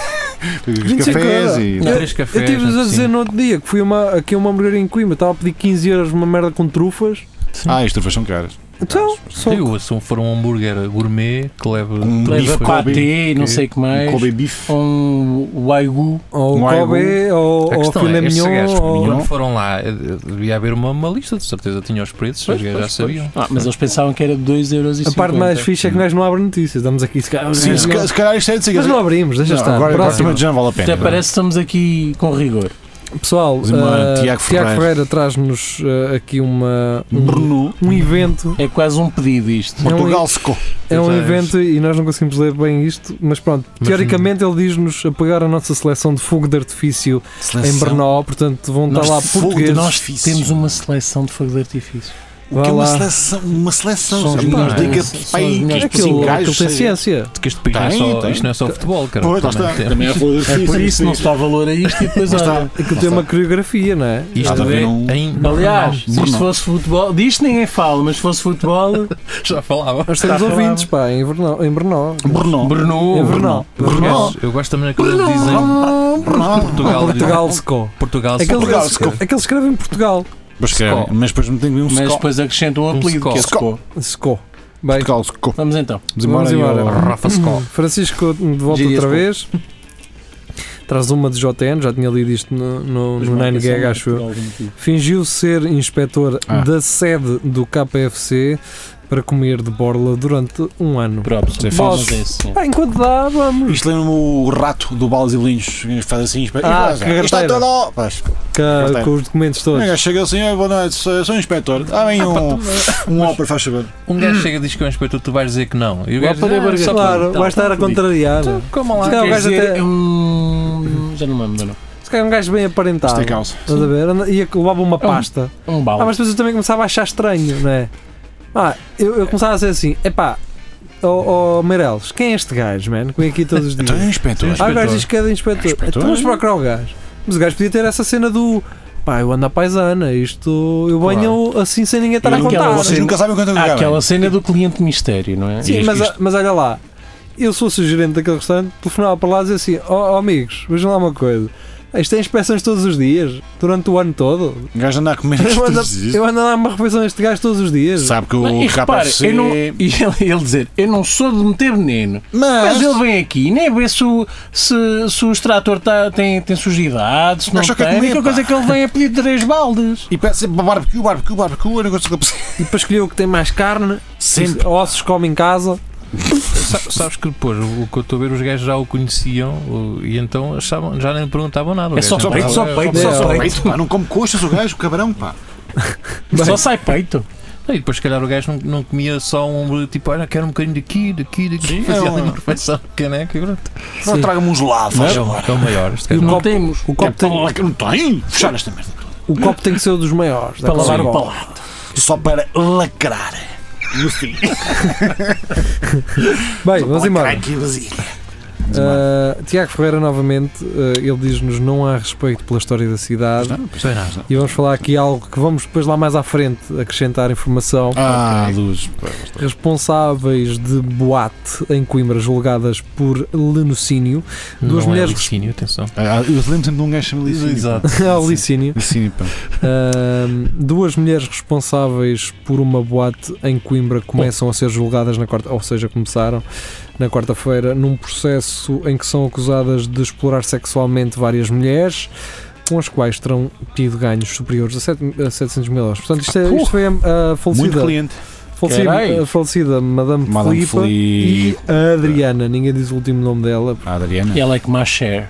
Foi com os
25
cafés
euros.
e.
Eu-
Três
Eu
cafés.
tive-vos a
assim.
dizer no outro dia que fui a uma, aqui a uma hambúrguer em Coimbra, estava a pedir 15 euros uma merda com trufas.
Ah, as trufas são caras.
Então,
Ah,
só
Eu, se for um hambúrguer gourmet que leva.
Um
leva
Bife
patê e não
que-
sei o que
Um
mais.
Kobe beef.
Um Waigu.
ou
Não há
Kobe, ou,
A
ou
questão é,
filé
estes
mignon,
gajos,
ou-
quando foram lá, eh, devia haver uma, uma lista, de certeza tinha os preços, os gajos já sabiam.
Ah, mas eles pensavam que era de 2 euros e
A parte mais fixa é que nós não abre notícias, damos aqui se calhar- um
Sim, se ca- se calhar isto é de
Mas
cigarro.
não abrimos, deixa
Não,
estar.
Agora agora
Próximo.
também já não vale a pena.
Até parece que estamos aqui com rigor.
Pessoal,
Mas uma
ah,
Tiago Ferreira.
traz-nos ah, aqui uma, um,
Brno,
um evento.
É quase um pedido isto.
É um-
Portugalsco.
É um
Tens-
evento e nós não conseguimos ler bem isto, mas pronto,
Mas-
teoricamente ele diz-nos apagar a nossa seleção de fogo de artifício em Brno, portanto vão estar
Tá
Nós-
lá
fogo de
portugueses.
nós-
Nós temos uma seleção de fogo de artifício.
O que é
Vá
uma
lá.
seleção? Uma seleção.
São
sabe?
os
Nos
melhores-
diga
são os
pai
melhores
que
Aquilo,
aquilo
aquilo tem ciência.
Porque este país
Tem,
não é só,
tem.
isto não é só futebol, cara.
Pois, lá está.
Também tem-
Também é fogo de
É
artifício,
por isso
sim.
não se dá valor a isto e depois
Lá está.
olha.
Aquilo tem uma coreografia, não é?
Há de
Isto
haver
é
um-
em.
Aliás, se isto
Brno.
fosse futebol, disto ninguém fala, mas se fosse futebol,
<laughs>
Um
já falava.
Nós temos
Está
ouvintes, pá, em Brno. Em Brno.
Brno.
Em
Brno,
Brno.
Os
Brno.
gajos, Eu gosto também daquilo que dizem Portugal.
Portugalsco.
Portugal.
Aquele
Portugal,
que eles- aquele escreve em Portugal.
Mas, querem,
Skol.
mas depois me tem um
mas
Skol.
depois acrescentam um
Um
apelido que é
Skol.
Skol.
Sco. Bem,
Portugal, Skol.
Vamos então.
vamos embora.
eu-
Rafa Skol.
Francisco, de volta
Gírias
outra
com-
vez. Traz uma de JN, já tinha lido isto no, no, no 9gag, acho eu. Fingiu ser inspetor
é Ah.
da sede do KPFC para comer de borla durante um ano.
Pronto,
Sem
falsas.
mas é isso, sim.
Ah, enquanto dá, vamos.
Isto lembra-me o rato do Balas e Bolinhos, que faz assim, espera.
Ah, que
isto está
carteira.
todo. ó. Faz.
Ca-
Gostei.
com os documentos
Um
todos.
gajo chega assim, "Oi, boa noite, sou, sou um inspetor. Ah, vem um, um ópera, faz saber.
Um gajo chega e diz que é um inspetor, tu vais dizer que não. E o
Lá
gajo
para
diz,
Burger.
"Ah, só-
Claro, vai estar a contrariar.
Como lá.
Se calhar o
Quer
gajo
dizer,
até-
é um- Já não me lembro, não.
Se calhar um gajo bem aparentado.
Isto é calça.
Estás a ver? Anda- Ia levava uma pasta. Ah,
Um balde.
mas depois eu também começava a achar estranho, não é? Ah, eu, eu começava a dizer assim: epá, ó oh, Meireles, quem é este gajo, man? Que vem aqui todos os
Então é
dias.
um inspetor.
Ah, o gajo diz que é de inspetor.
Inspetor.
Então vamos procurar o gajo. Mas o gajo podia ter essa cena do. Pá, eu ando à paisana, isto eu banho assim sem ninguém estar
E
a
aquela-
contar.
um Vocês nunca sabem quanto é que
Há
ganham.
aquela cena do cliente mistério, não é?
Sim,
Isto-
mas,
isto-
mas olha lá, eu sou o seu gerente daquele restaurante, telefonava para lá e dizia assim: ó ó, amigos, vejam lá uma coisa. Isto tem inspeções todos os dias, durante o ano todo.
O gajo anda a comer
Eu ando,
todos os dias.
eu ando a dar uma refeição a este gajo todos os dias.
Sabe que
Não, e
o
repara,
rapaz
eu não- <laughs> e ele, ele dizer, eu não sou de meter veneno, mas,
Ah, Mas.
ele vem aqui e nem vê se o, se, se o extrator tá, tem, tem sujidade, se não
Mas só
tem.
quer
a
comer, pá.
única coisa que ele vem é pedir três baldes.
E pede sempre barbecue, barbecue, barbecue, é um eu não gosto de
E para escolher o que tem mais carne,
Sempre.
ossos come em casa.
Então, Sa- Sabes que depois o que eu estou a ver, os gajos já o conheciam o- e então achavam, já nem perguntavam nada. o
É
gajo
só
já
peito,
estava-
só peito,
é,
só
é,
peito.
Pá, não come coxas o gajo, o cabrão, pá.
Bem,
Só sai peito.
E depois, se calhar, o gajo não, não comia só um hambúrguer, tipo, olha, quero um bocadinho daqui, daqui, daqui.
Sim,
Fazia
é
ali
um-
uma refeição pequeneca e pronto.
Sim.
Traga-me uns Então, lados.
Mas é o é o maior. este gajo.
não
copo-
temos.
o copo
É para- Não tem. Fechar esta merda.
O copo tem que ser dos maiores.
Para lavar o
Coca-Cola.
palato.
Só para lacrar. No fim.
Bem, vamos embora.
Aqui vazio.
Ah, Tiago Ferreira, novamente, ah, ele diz-nos não há respeito pela história da cidade.
Não é nada.
E vamos falar aqui algo que vamos depois lá mais à frente acrescentar informação.
Ah, luz.
Responsáveis de boate em Coimbra julgadas por lenocínio. Duas
Não é
mulheres-
laticínio, atenção.
Ah, Eu lembro sempre de um gajo chamado Licínio.
Exato.
<laughs> É Licínio.
Licínio, pá.
Ahm, duas mulheres responsáveis por uma boate em Coimbra começam a ser julgadas na quarta, ou seja, começaram na quarta-feira num processo em que são acusadas de explorar sexualmente várias mulheres, com as quais terão tido ganhos superiores a, sete- a 700 mil euros. Portanto, isto, é- isto foi a, a
Muito
falecida,
cliente.
falecida,
Carai.
a falecida Madame,
Madame
Filipa
Filipe.
e a Adriana. Ninguém diz o último nome dela.
A Ah, Adriana.
Ela é que mais share.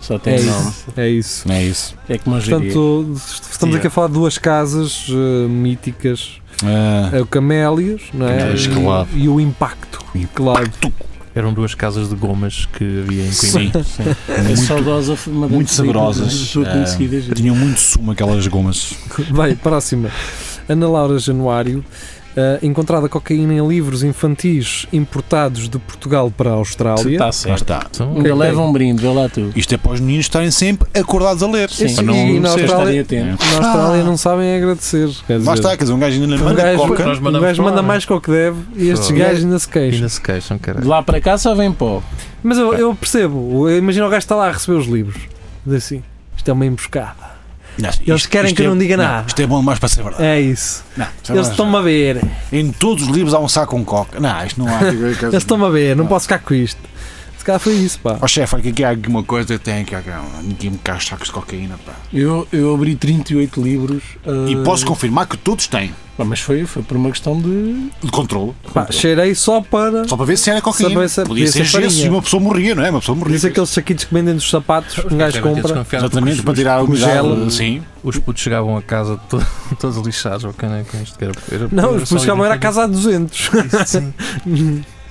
Só tem
É
nome.
isso. É isso.
É isso.
É que mais geria.
Portanto, estamos aqui a falar de duas casas eh, míticas
Ah,
É o Camélias, não é?
Camélias,
E-
claro.
E o Impacto. Claro. <laughs>
Eram duas casas de gomas que havia em Coimbra. Sim.
É
muito-
saudosa. Madame
muito
Filipe,
saborosas.
sua
Ah,
conhecida, gente.
Tinham muito sumo aquelas gomas.
Vai, próxima. Ana Laura Januário. eh, encontrada cocaína em livros infantis importados de Portugal para a Austrália.
Está
Lá
certo.
está.
Então,
Ok.
Leva um brinde, vê lá tu.
Isto é para os meninos estarem sempre acordados a ler.
Sim,
e
Para não
na
ser-
Austrália-
Estaria atento.
Na
Ah.
Austrália não sabem é agradecer.
É,
Quer dizer,
Lá está, quer dizer, um gajo ainda lhe
um
manda
gajo,
coca.
Nós
um
mandamos
gajo
para lá,
manda
não é?
mais que o que deve e estes
Só.
gajos ainda se queixam.
Ainda se queixam,
De
É.
caralho.
lá para cá só vem pó.
Mas eu, eu percebo. eu- Imagina o gajo está lá a receber os livros. Diz assim: isto é uma emboscada.
Não,
Eles querem que eu não diga
é,
nada.
Isto é bom demais para ser verdade.
É isso.
Não,
Tá
isto é
Eles
verdade.
estão-me a ver.
Em todos os livros há um saco com coca. Não, isto não há.
<laughs> Eles estão-me a ver. Não posso ficar com isto. Se calhar foi isso, pá.
Ó chefe, olha que aqui há alguma coisa que tem que há ninguém me caixa sacos de cocaína, pá.
Eu, eu abri 38 livros.
E
ah,
posso confirmar que todos têm,
pá, Mas foi, foi por uma questão de.
de controle.
Pá, cheirei só para.
Só para ver se era cocaína.
Saber se-
Podia
podia
ser
ser
gesso
farinha.
e uma pessoa morria, não é? Uma pessoa morria.
Diz aqueles saquitos que vendem dos sapatos
é
que um
Devem
gajo
ter
compra.
desconfiado
Exatamente,
porque
para tirar a
gelo.
umidade. Sim.
Os putos chegavam a casa to- <laughs> todos lixados, ok, não é com isto que era. era
Não, os
era só
putos chegavam
ir-
era a casa a 200.
Isso, sim.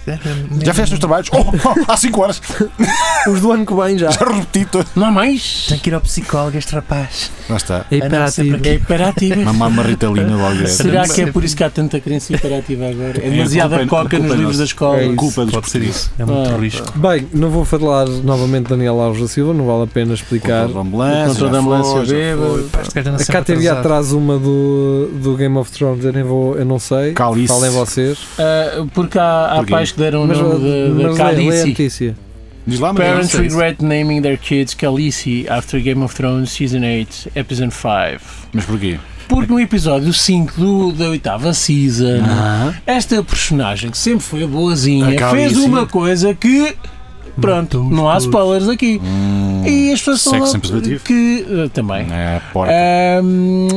Era
Já fizeste os trabalhos? Oh, há 5 horas.
<laughs> Os do ano que vem já.
Já repeti todos.
Não há mais!
Tem que ir ao psicólogo, este rapaz.
Lá está.
É
Andava sempre
hiperativo.
É hiperativo.
Mamar uma ritalina logo
Será que é por isso que há tanta crença hiperativa agora? É
É,
demasiada
culpa-
coca
culpa
nos
é
livros
nossa.
da escola.
É isso.
Culpa dos
Pode ser isso. É muito
Ah,
risco.
Bem, não vou falar novamente de Daniel Alves da Silva, não vale a pena explicar.
Contra a ambulância.
Contra a
já
ambulância
é foi, já
bêbada.
foi.
Pá, este gajo anda
A
sempre
KTV
atrasado.
traz uma do, do Game of Thrones, eu, nem vou, eu não sei.
Calice.
Falem vocês.
Ah, porque há, há
Porquê?
pais que deram o
Mas,
nome da- da
mas lê- lê a
tipo,
Calice.
notícia.
Diz lá, Manuel.
Parents regret naming their kids Calice after Game of Thrones Season 8, Episode 5.
Mas porquê?
Porque no episódio 5 do, da oitava season,
Ah.
Ah.
esta personagem que sempre foi a boazinha
A Khaleesi.
fez uma coisa que. Pronto,
Matou os
não há
todos.
spoilers aqui.
Hum,
E as pessoas
Sexo sem
falam
preservativo?
que. eh, Também.
É, porca.
Ahm,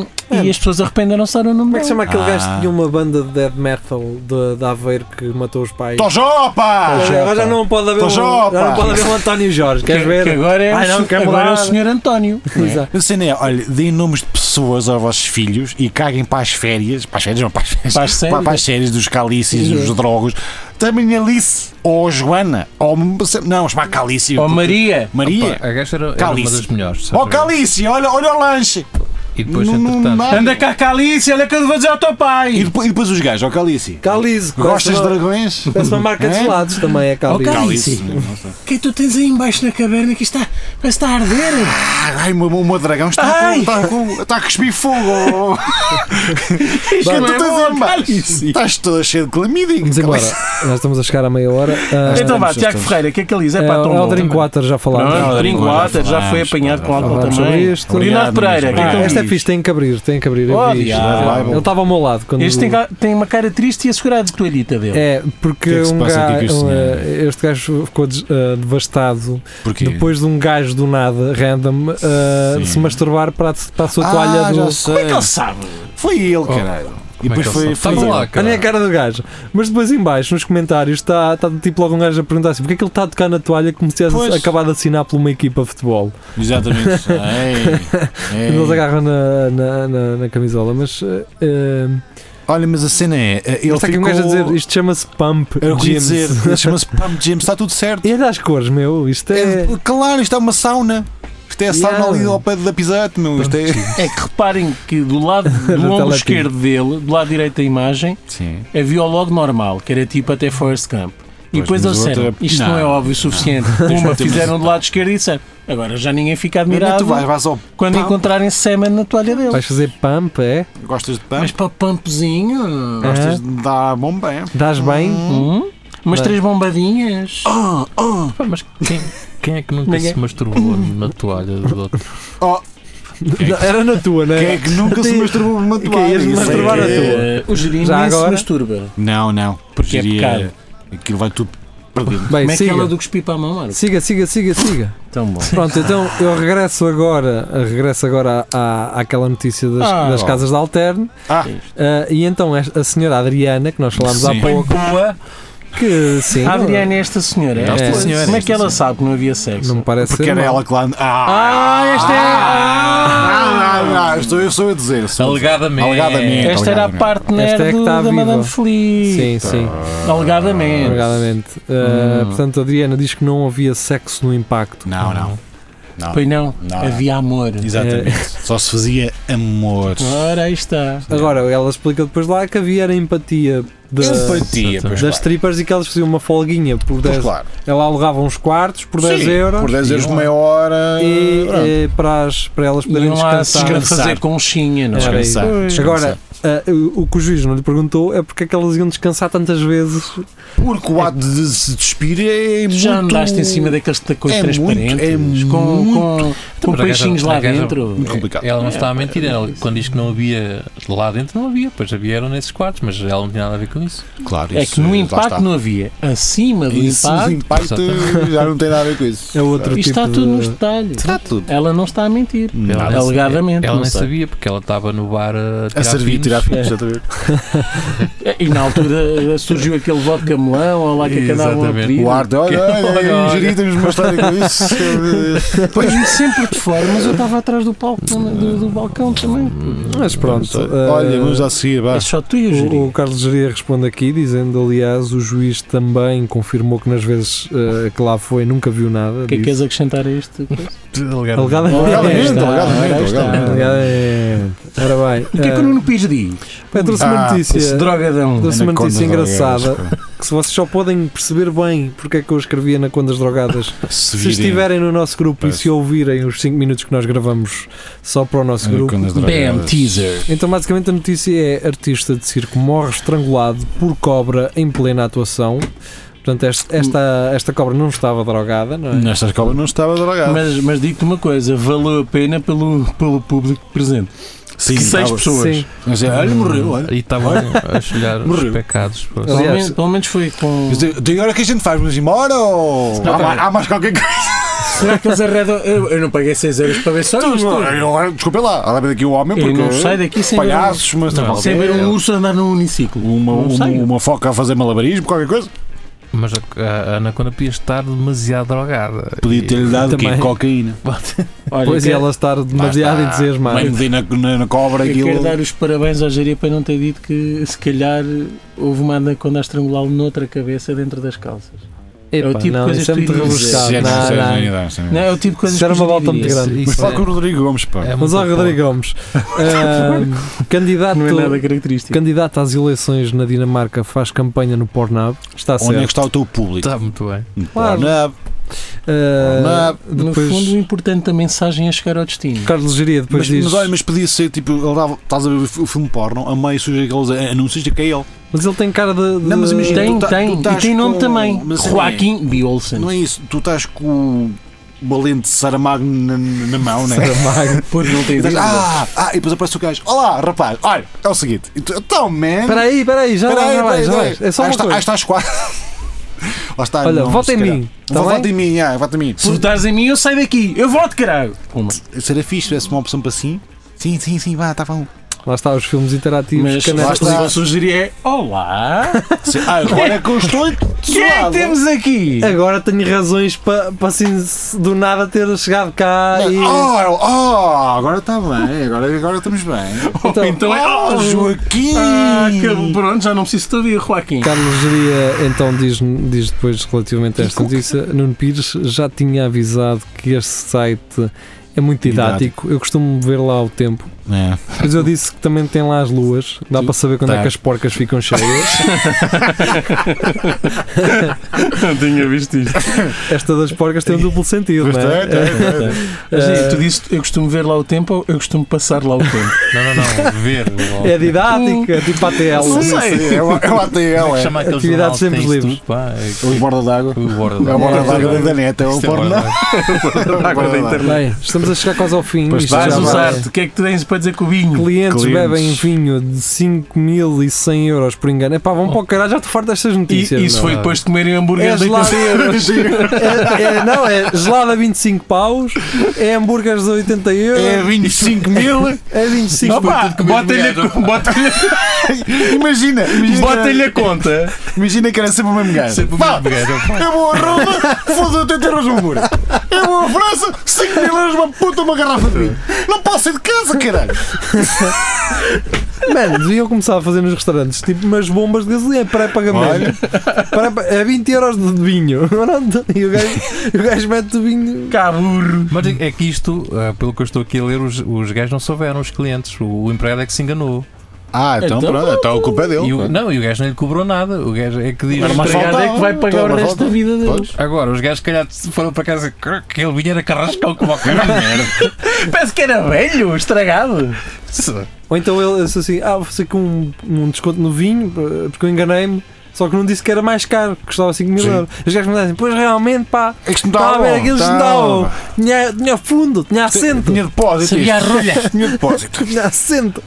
e as pessoas arrependeram se do
Como
nome
é que se chama aquele
Ah.
gajo que tinha uma banda de death metal de, de Aveiro que matou os pais?
Tojó, pá!
Ah, Agora já não pode haver um,
Tô
já
já,
não
pá.
pode haver um António Jorge, queres
Que
ver?
agora é,
Ai,
o,
não,
se-
quer
agora é o
mudar.
senhor António.
Exato.
A cena é, olha, deem nomes de pessoas aos vossos filhos e caguem para as férias, para as férias não, para as férias,
Para as séries.
para, para as séries dos calices, dos drogos, também Alice, ou Joana, ou, não, chamar Calice,
Ó Maria.
Maria,
Pá, A gaja era, era uma
Calice.
das melhores.
ó
sabes?
Calice, olha, olha o lanche,
E depois,
Não- não
entretanto,
dá.
Anda cá, Calice, olha que eu vou dizer ao teu
e
pai.
depois, e depois os gajos, ó Calice,
É.
Calize,
gostas
parece
de
uma-
dragões?
Parece uma marca de
É?
gelados também, é Calize.
Ok.
Calice,
Calice.
não sei.
O que é que tu tens aí embaixo na caverna que isto está, parece que está a arder?
Ah, ai, o meu- o meu dragão está, com,
Ai.
está, com, está a cuspir fogo,
Isto
que é que tu
não é
tens aí
bom,
embaixo?
Calice.
Estás toda cheia de clamídia,
Vamos embora, nós estamos a chegar à meia hora. Ah,
Então vá,
estamos,
Tiago
estamos.
Ferreira, o que é que ele diz?
é,
É
é
pá, tão
o
bom.
Drink Water, já falámos.
Pronto,
Não,
Drink
Drink
Water, já
Water,
foi
falámos,
apanhado com
falámos.
álcool
Falámos sobre
também.
isto.
Leonardo Pereira, o que é que
Ah,
ele
esta é
diz?
fixe, tem que abrir, tem que abrir. eu
Oh,
vi isto.
diabo.
Ele estava ao meu lado quando.
Este tem, ca- tem uma cara triste e assegurada de toalhita dele.
É, porque
O que é que se
um
passa aqui com
gajo,
este
um,
senhor?
eh, este gajo ficou des- ah, devastado
Porquê?
depois de um gajo do nada, random, ah,
Sim.
se masturbar para a, para a sua toalha
ah,
do.
já sei.
Como é que ele sabe?
Foi ele, caralho. E
Como é que
depois
ele sabe?
foi. foi
Estava
ele.
lá,
Olha a
cara.
cara do gajo. Mas depois em baixo, nos comentários, está, está tipo logo um gajo a perguntar assim, porque é que ele está a tocar na toalha como se
Pois.
tivesse acabado de assinar por uma equipa de futebol?
<laughs> Exatamente. Ei,
E eles
ei.
agarram na, na, na- na camisola, mas eh, eh,
Olha, mas a cena é. eh, Ele
Está aqui um
ficou...
gajo a dizer, isto chama-se Pump
Eu queria
Gyms.
dizer, chama-se Pump James, está tudo certo.
<laughs> E olha as cores, meu, isto é...
É, claro, isto é uma sauna. Isto é a sauna
Yeah.
ali ao pé da Pisate, meu. Isto é.
É que reparem que do
<laughs>
lado do
Da
ombro
telepinha.
esquerdo dele, do lado direito da imagem,
Sim.
havia o logo normal, que era tipo até Forest Camp. E
Pois, mas
depois eles
o outro
disseram,
é-
isto não, é
Não,
óbvio o suficiente. Uma fizeram do lado esquerdo e disseram, agora já ninguém fica
Mas
admirado
tu vais, vais ao.
quando
pump.
encontrarem semen na toalha dele.
Vais fazer Pump, é?
Gostas de pump?
Mas para pampozinho,
Gostas de dar bomba, é?
Dás bem?
hum, umas
Bem.
três bombadinhas.
Oh, oh.
Pá, mas quem, quem é que nunca
Ninguém.
se masturbou na toalha do outro?
<laughs> Era na tua, não
Quem
é?
é que
<laughs>
nunca se masturbou numa
Quem
toalha?
ias
Isso é
masturbar
que
na
é-
Eh, o Jirinho
Já
nem se
agora?
masturba.
Não, não.
Porque é
Seria-
pecado.
Aquilo vai tudo para dentro.
Bem,
Como é que
siga.
ela do cuspir para a mão, Marco?
siga, siga, siga, siga.
Tão bom.
Pronto, então eu regresso agora, eu regresso agora à, à- àquela notícia das,
Ah,
das
ó.
casas de Alterne.
Ah.
Ah, e então esta- a senhora Adriana, que nós falámos há
Sim.
Bem
pouco,
boa,
que sim,
A Adriana é esta senhora.
É.
Esta
Esta
senhora,
Como é
esta
que ela sabe que não havia sexo?
não me parece
Porque
ser
era
mal.
é ela que lá.
Ah, esta é-
Ah, não, não, não, estou eu sou eu a dizer. sou eu a dizer.
alegadamente. é
<laughs> Alegadamente.
Esta era a
Alegadamente.
parte nerd
Esta é que
do-
está
da
viva.
Madame Feliz.
Sim, sim,
Alegadamente.
alegadamente. Ah,
Hum.
Portanto, a Adriana diz que não havia sexo no impacto.
Não, não. Não.
Pois não,
Não.
havia amor.
Exatamente.
É.
Só se fazia amor.
Ora, aí está.
Agora, ela explica depois lá que havia era empatia da-
Empatia, pois
das
claro.
strippers e que elas faziam uma folguinha por 10
Pois claro.
Ela alugava uns quartos por 10
Sim,
euros.
Por 10 euros
E-
de meia hora.
E,
pronto.
eh, para, as- para elas poderem
Iam lá
descansar.
descansar. fazer conchinha, não
Era
é?
Descansar,
isso.
descansar.
Agora, ah, o, o que o juiz não lhe perguntou é porque é que elas iam descansar tantas vezes.
Porque o ato de se despir é muito.
Já andaste em cima daqueles tacões
é
transparentes
muito- é
com, com, com
Mas a gaja-
peixinhos
a
lá
gaja-
dentro.
Muito complicado.
É.
Ela não está a mentir, ela, quando diz que não havia lá dentro, não havia, pois havia eram nesses quartos, mas ela não tinha nada a ver com isso.
Claro,
É
isso,
que no
lá
impacto
está.
não havia. Acima do
Isso, o
impacto,
impacto já não tem nada a ver com isso.
<laughs>
É outro
isto
tipo
está
de...
tudo nos detalhes.
Está tudo.
Ela não está a mentir.
Não.
nem-
Alegadamente,
Ela
não
nem
sei.
sabia, porque ela estava no bar a tirar
A servir,
finos.
tirar finos,
é.
exatamente.
E na altura eh, surgiu aquele vodka melão, ou lá que é que andavam a
Exatamente.
pedir.
O ar de olha,
Que- olha,
olha,
olha.
ingerir, temos uma história com <laughs> isso.
Pôs-me sempre de fora, mas eu estava atrás do, palco, do, do balcão também.
Mas pronto. ah,
Olha, vamos a seguir, vá.
É só tu e o
O, o
Júlio.
Carlos Geria responde aqui, dizendo, aliás, o juiz também confirmou que nas vezes ah, que lá foi nunca viu nada.
O que é que
disso.
queres acrescentar a isto?
Alegadamente.
Alegadamente, alegadamente,
Ora, ora está.
alegadamente.
Alegadamente. Ah, é, Ora bem.
O que é que
ah,
o Nuno Pires diz?
bem, trouxe uma
Ah,
Esse
notícia.
drogadão.
Trouxe uma notícia
Anaconda
engraçada
drogadas,
eh, que se vocês só podem perceber bem porque é que eu escrevi Anacondas Drogadas
pá. Se
se
virem
estiverem no nosso grupo
Pois.
e se ouvirem os 5 minutos que nós gravamos só para o nosso grupo.
anacondas
Bam,
drogadas.
teaser.
Então, basicamente, a notícia é: artista de circo morre estrangulado por cobra em plena atuação. Portanto, este- esta, esta cobra não estava drogada, não é?
Nesta cobra não estava drogado.
Mas, mas digo-te uma coisa, valeu a pena pelo, pelo público presente.
Sim,
que seis
estava-
pessoas.
Sim.
Mas é, olha, morreu, olha.
E estavam a espelhar os
Morreu.
pecados. pô.
Pelo,
Aliás-
menos, pelo menos foi com.
Mas de- de agora que a gente faz? Vamos embora ou.
Não,
há,
tá
mais, há mais qualquer coisa?
Será que eles arredam? Eu, eu não paguei 6 euros para ver só isto.
Então, Eu- eu- Desculpa lá, olha daqui o um homem,
Eu
porque.
não saio daqui sem ver um-
Palhaços, mas
Não,
tá
Sem ver um urso andar num uniciclo.
Uma,
Não
uma,
saio.
uma foca a fazer malabarismo, qualquer coisa?
Mas a, a Anaconda podia estar demasiado drogada.
Podia
<laughs>
ter-lhe dado o quê?
Também.
cocaína.
Olha, é
Pois, é, e
quero-
ela estar demasiado
Lá está.
entusiasmada.
Bem, meti na, na, na cobra
Eu quero
aquilo.
dar os parabéns à Jaria para não ter dito que se calhar houve uma anaconda a estrangulá-lo noutra cabeça dentro das calças.
Epá,
é o tipo de
não,
coisas
isso é
que tu
muito
dizes.
rebuscado.
Sim,
Não,
sim,
não.
sim, sim, sim.
Não, é o tipo de coisas
Isso era
que
uma
eu
volta muito
diria.
grande.
Mas
Isso
fala
é-
com o Rodrigo Gomes, pá.
é
Mas, ó,
muita
Rodrigo
<laughs>
Gomes, ah, candidato,
é Não é nada característico.
candidato às eleições na Dinamarca faz campanha no Pornhub. Está
Onde é que
certo. Tá.
está o teu público?
Está tá muito bem.
Claro.
Pornhub.
Ah,
No
depois,
fundo, o importante da mensagem é chegar ao destino.
Carlos Geria depois
Mas,
diz.
mas olha, mas podia ser tipo, ele dava, estás a ver o fi- o filme porno, a meio surge aqueles eh, anúncios de que é ele.
Mas ele tem cara de. de-
Não, mas imagina-
Tem,
Tu tá- tu
tem. E
estás
tem nome
com-
também.
mas é-
Joaquim B. Olsen.
Não é isso, tu estás com o valente Saramago na, na mão,
<laughs>
né?
Saramago.
Pois não
E
tem
estás,
dúvida.
ah, ah, e depois aparece o gajo, olá rapaz, olha, é o seguinte, E tu, então man,
Espera aí, espera aí, já
Espera
vai,
aí,
já vai,
espera
já
aí,
vai.
espera aí.
É só
Ah,
uma
está- Ah,
coisa.
estás quase. <laughs> Lá está,
Olha,
não,
vota em
se calhar.
mim. tá
Vota,
bem?
vota em mim, ah, vota em mim.
Se votares em mim, eu saio daqui. Eu voto, caralho. Puma.
Será fixe, se tivesse uma opção para sim. Sim, sim, sim, vá, está bom.
Lá está, os filmes interativos,
Mas lá
canetas.
está, vou sugerir é Olá!
Ah,
Agora
que eu estou
quem é que temos aqui?
Agora tenho razões para pa, assim se do nada ter chegado cá e.
Oh, oh, agora está bem, agora, agora estamos bem.
Ou Então, é
Oh, Joaquim!
Ah, que- pronto, já não preciso te ouvir, Joaquim.
Carlos Geria então diz, diz depois relativamente a esta notícia, Nuno Pires já tinha avisado que este site é muito didático, eu costumo ver lá o tempo,
É.
mas eu disse que também tem lá as luas, dá para saber quando é
Tá.
que as porcas ficam cheias.
Não <laughs> tinha visto isto.
Esta das porcas tem um duplo sentido, não
Gostei,
é?
gostei, gostei.
Mas,
Eh,
e tu disse eu costumo ver lá o tempo ou eu costumo passar lá
<laughs>
o tempo?
Não, não, não. Ver.
É didático, é tipo
Não
ATL.
sei, é o é o ATL,
Como é que
é.
chama aquele
Atividades
jornal que
sempre
tem isso
livres.
tudo, pá?
O
É-
borda d'água.
O borda
É o borda
d'água.
d'água da net, é o
Isto é
borda
borda
d'água.
d'água.
Agora da internet.
Bem, estamos a chegar quase ao fim.
Pois
Isto
Vais
já
vai.
usar-te. O que é que tu tens para dizer com o vinho?
Clientes,
Clientes.
bebem vinho de 5.100 euros por engano. Epá, vão para o caralho, já te farto estas
Oh. E
notícias.
isso
meu.
foi depois de comerem hambúrguer
És
de
lá-
80 euros. <laughs>
É, é- não, é gelado a 25 paus, é hambúrgueres a 80 euros,
É
<laughs>
é,
vinho 5 mil.
25
É Opa, bota-lhe a, bota-lhe-
Imagina,
bota-lhe
imagina,
a conta.
imagina que era sempre o mesmo gajo.
é <laughs> Sempre o
Pá,
mesmo gajo, pá.
Eu vou a Roma, foda 80 euros no muro. Eu vou à França, 5 mil euros, uma puta, uma garrafa de vinho. Não posso ir de casa, caralho.
Mano, deviam começar a fazer nos restaurantes tipo umas bombas de gasolina, é pré-pagamento. Pré é 20 euros de vinho. <laughs> Pronto, E o gajo, e o gajo mete o vinho.
Caburro.
Mas é que isto, ah, pelo que eu estou aqui a ler, os, os gajos não souberam, os clientes. O, o empregado é que se enganou.
Ah,
então pronto,
então a culpa é
E o, não, e o gajo não lhe cobrou nada. O gajo é que diz.
O
Mas
empregado
faltava,
é que vai pagar o
mas
resto da
faltava.
vida deles.
Pois.
Agora, os gajos, se calhar, foram para casa "Cr- aquele vinho era carrascão como o caralho.
Parece que era velho, estragado.
Ou então ele disse assim: Ah, vou fazer com um, um desconto no vinho, eh, porque eu enganei-me. Só que não disse que era mais caro, que custava 5 mil
Sim.
euros. Os gajos me dizem: assim, Pois realmente, pá,
É Isto não
estava a
estava
ver
bom.
aquilo,
Estava
não
bom.
estava. Tinha, tinha fundo, tinha assento.
Tinha depósito.
Sabia a
isto.
rolha.
Tinha depósito.
<laughs> Já assento.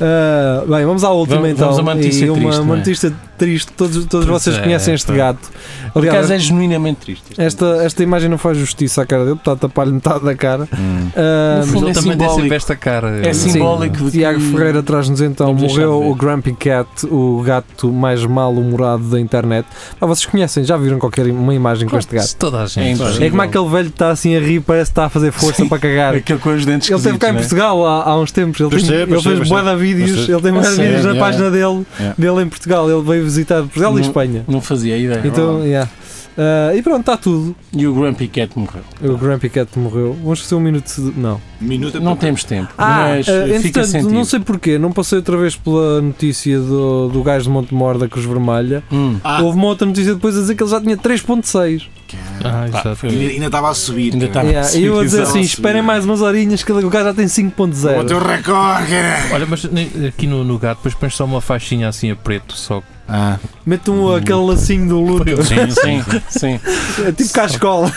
Ah, bem, vamos à última
Vamos-
então.
vamos a uma notícia
e uma,
triste,
uma
não é?
notícia triste. Todos, todos
Pois
vocês
é,
conhecem este
pá.
gato.
Por
Aliás,
acaso é genuinamente triste. isto.
esta, esta imagem não faz justiça à cara dele, está a tapar-lhe metade da cara.
Hum.
Ah,
No
Mas
fundo,
ele também
é
tem
simbólico.
sempre tipo esta cara.
É
Sim.
simbólico de que-
Tiago Ferreira traz-nos então:
Vamos deixar
morreu
de ver.
o Grumpy Cat, o gato mais mal-humorado da internet. Ah, vocês conhecem, já viram qualquer im- uma imagem com este gato?
Se Toda a
É
gente.
impossível.
É como aquele velho que está assim a rir, parece que está a fazer força
Sim.
para cagar. é?
Aquele com os dentes
Ele esteve cá em
esquisitos,
Portugal há, há uns tempos. Ele,
Pois
tem-
é,
ele
pois é,
fez
pois
boa
é.
da vídeos.
Pois é.
Ele tem
É
mais
sério,
vídeos na
yeah,
página dele,
Yeah. Hum.
dele em Portugal. Ele veio visitar Portugal e
Não.
Espanha.
né? Não fazia ideia.
Então, yeah. Ah, e pronto, está tudo.
E o Grumpy Cat morreu.
O Grumpy Cat morreu. Vamos fazer um minuto. de- Não.
Minuto é
Não temos tempo,
Ah,
mas
ah,
eh, fica
entretanto,
sentido.
não sei porquê. Não passei outra vez pela notícia do, do gajo de Monte Mor da Cruz Vermelha.
Hum.
Ah.
Houve uma outra notícia depois a dizer que ele já tinha 3,6.
Ah,
Pá,
exato.
foi-
Ainda ainda estava a subir.
Ainda
cara.
Ah,
Yeah, E eu a dizer
exato.
assim: esperem mais umas horinhas que o gajo já tem 5,0.
Bateu o recorde, caralho.
Olha, mas ne- aqui no, no gato, depois pões só uma faixinha assim a preto, só.
Ah.
Mete um, aquele lacinho do luto.
Sim, sim, sim.
É tipo cá à escola.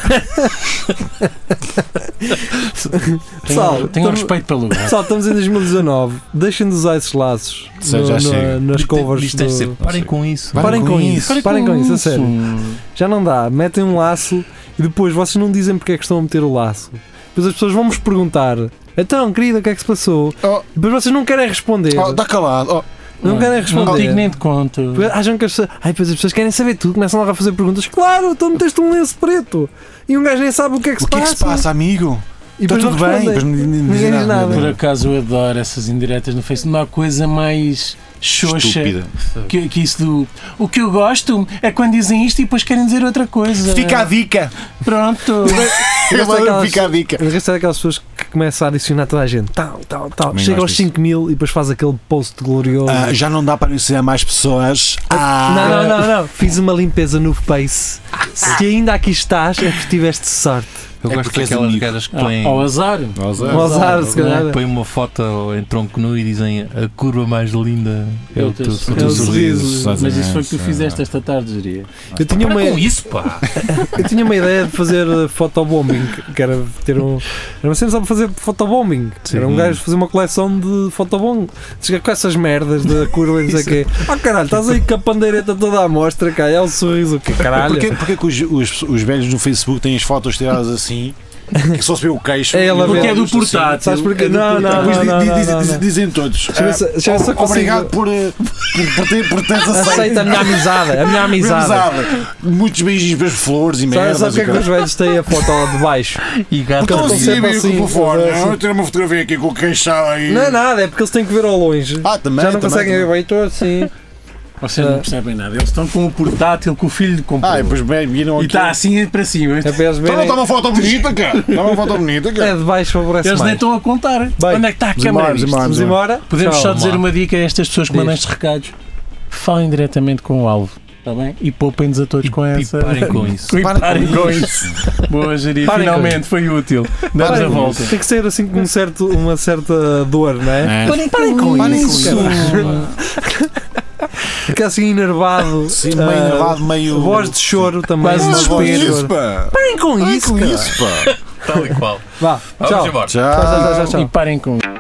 Pessoal,
Tenho, tenho
estamos-
respeito pelo gato.
Pessoal, estamos em 2019. Deixem de usar esses laços
Sim,
no-
já
na-
chega.
nas
Diz-
covers.
diz- tem de ser,
Do...
é Parem com isso.
Parem
Parem com
com
isso, parem com isso, a sério.
Hum.
Já não dá. Metem um laço e depois vocês não dizem porque é que estão a meter o laço. Depois as pessoas vão-vos perguntar. Então, querida, o que é que se passou?
Oh.
Depois vocês não querem responder.
Oh, está calado. Oh,
Não querem
Não
responder.
digo nem de conto.
Depois Acham que as pessoas. Ai, depois as pessoas querem saber tudo, começam logo a fazer perguntas. Claro, então meteste um lenço preto e um gajo nem sabe o que é que,
o
se,
que é que
passa.
se passa, amigo?
E
Está
depois
tudo
não
bem?
respondem.
Depois não dizem
Ninguém diz nada.
Por acaso eu adoro essas indiretas no Facebook. Não há coisa mais xoxa
Estúpida.
que, que isso do. O que eu gosto é quando dizem isto e depois querem dizer outra coisa.
Fica a dica.
Pronto.
Eu
gosto
adoro
daquelas-
fica a dica.
O resto é daquelas pessoas que começam a adicionar toda a gente. Tal, tal, tal.
Também
Chega
gosto
aos
disso.
5 mil e depois faz aquele post glorioso.
Ah, já não dá para anunciar mais pessoas. Ah,
Não, não, não, não. Fiz uma limpeza no Face. Se ainda aqui estás, é porque tiveste sorte.
Eu
É
gosto
porque és
daquelas
amigo.
gajas que
Ao,
põem.
Ah, ao azar.
Um azar, se calhar.
Põe uma foto em tronco nu e dizem a curva mais linda é o teu
sorriso.
sorriso.
Mas isso foi o que tu fizeste esta tarde, diria.
Eu tinha, uma,
Para com isso, pá!
eu tinha uma ideia de fazer eh, fotobombing, que era ter um. Era uma cena só para fazer fotobombing. Era um gajo fazer uma coleção de fotobombing. Chega é com essas merdas da curva e não sei o <laughs> quê. Ah caralho, estás aí com a pandeireta toda à mostra, cá, é o sorriso, o quê? Caralho.
Porquê, porquê que os, os, os velhos no Facebook têm as fotos tiradas assim que só se vê o queixo.
É ela
E
mesmo.
o queixo
Porque é do
assim.
portátil.
Sabes porquê?
É do
Não, não,
Depois
não,
di-
não,
di-
não,
di-
não.
di- dizem todos.
Deixa eu ver se-
"Ah,
deixa eu ver se eu
ob- Obrigado
consigo-
por, eh, por, por, ter, por teres aceito.
Aceita a minha amizade, a minha amizade.
Amizade. Muitos beijinhos para as flores e
Sabe,
merdas.
sabe o que é que
e
os velhos têm a foto lá de baixo?
E gato.
Então,
Estão
assim,
sempre
meio que
assim,
por fora.
assim.
Não, Eu tirei uma fotografia aqui com o queixado aí.
Não é nada, é porque eles têm que ver ao longe.
Ah, também.
Já não
também,
conseguem ver
também.
bem, estou assim.
Vocês não percebem nada. Eles estão com o portátil que o filho comprou.
Ah, e depois bem, viram
e
aqui.
tá
está assim para cima.
É para eles
Então não
verem.
está uma foto bonita, cara. Está uma foto bonita, cara.
É de baixo, favorece
Eles nem
mais.
estão a contar.
Bem,
Onde é que está a
Vamos
câmera?
embora,
disto?
vamos
Vamos
embora.
embora?
Podemos só
Tchau,
dizer
Marco.
uma dica a estas pessoas que
Diz.
mandam estes recados. Falem diretamente com o alvo. Está bem? E poupem-nos a todos
E-
com
e
essa.
parem
<laughs>
com isso.
E
Parem
parem
com
com isso. Boa, Jari.
Parem com
Finalmente foi útil. Damos a
Parem com
volta.
Tem que ser assim com um certo, uma certa dor, não é?
Parem
com
<laughs>
isso.
Fica assim enervado.
Sim,
ah,
meio nervado, meio.
Voz de choro também.
Quase
uma voz de
desespero.
choro.
pá.
Parem com
Parem
isso,
com
cara.
isso, pá.
Tal e qual.
Vá,
Vamos
tchau.
embora.
Tchau, tchau, tchau,
Tchau.
tchau.
E parem com isso.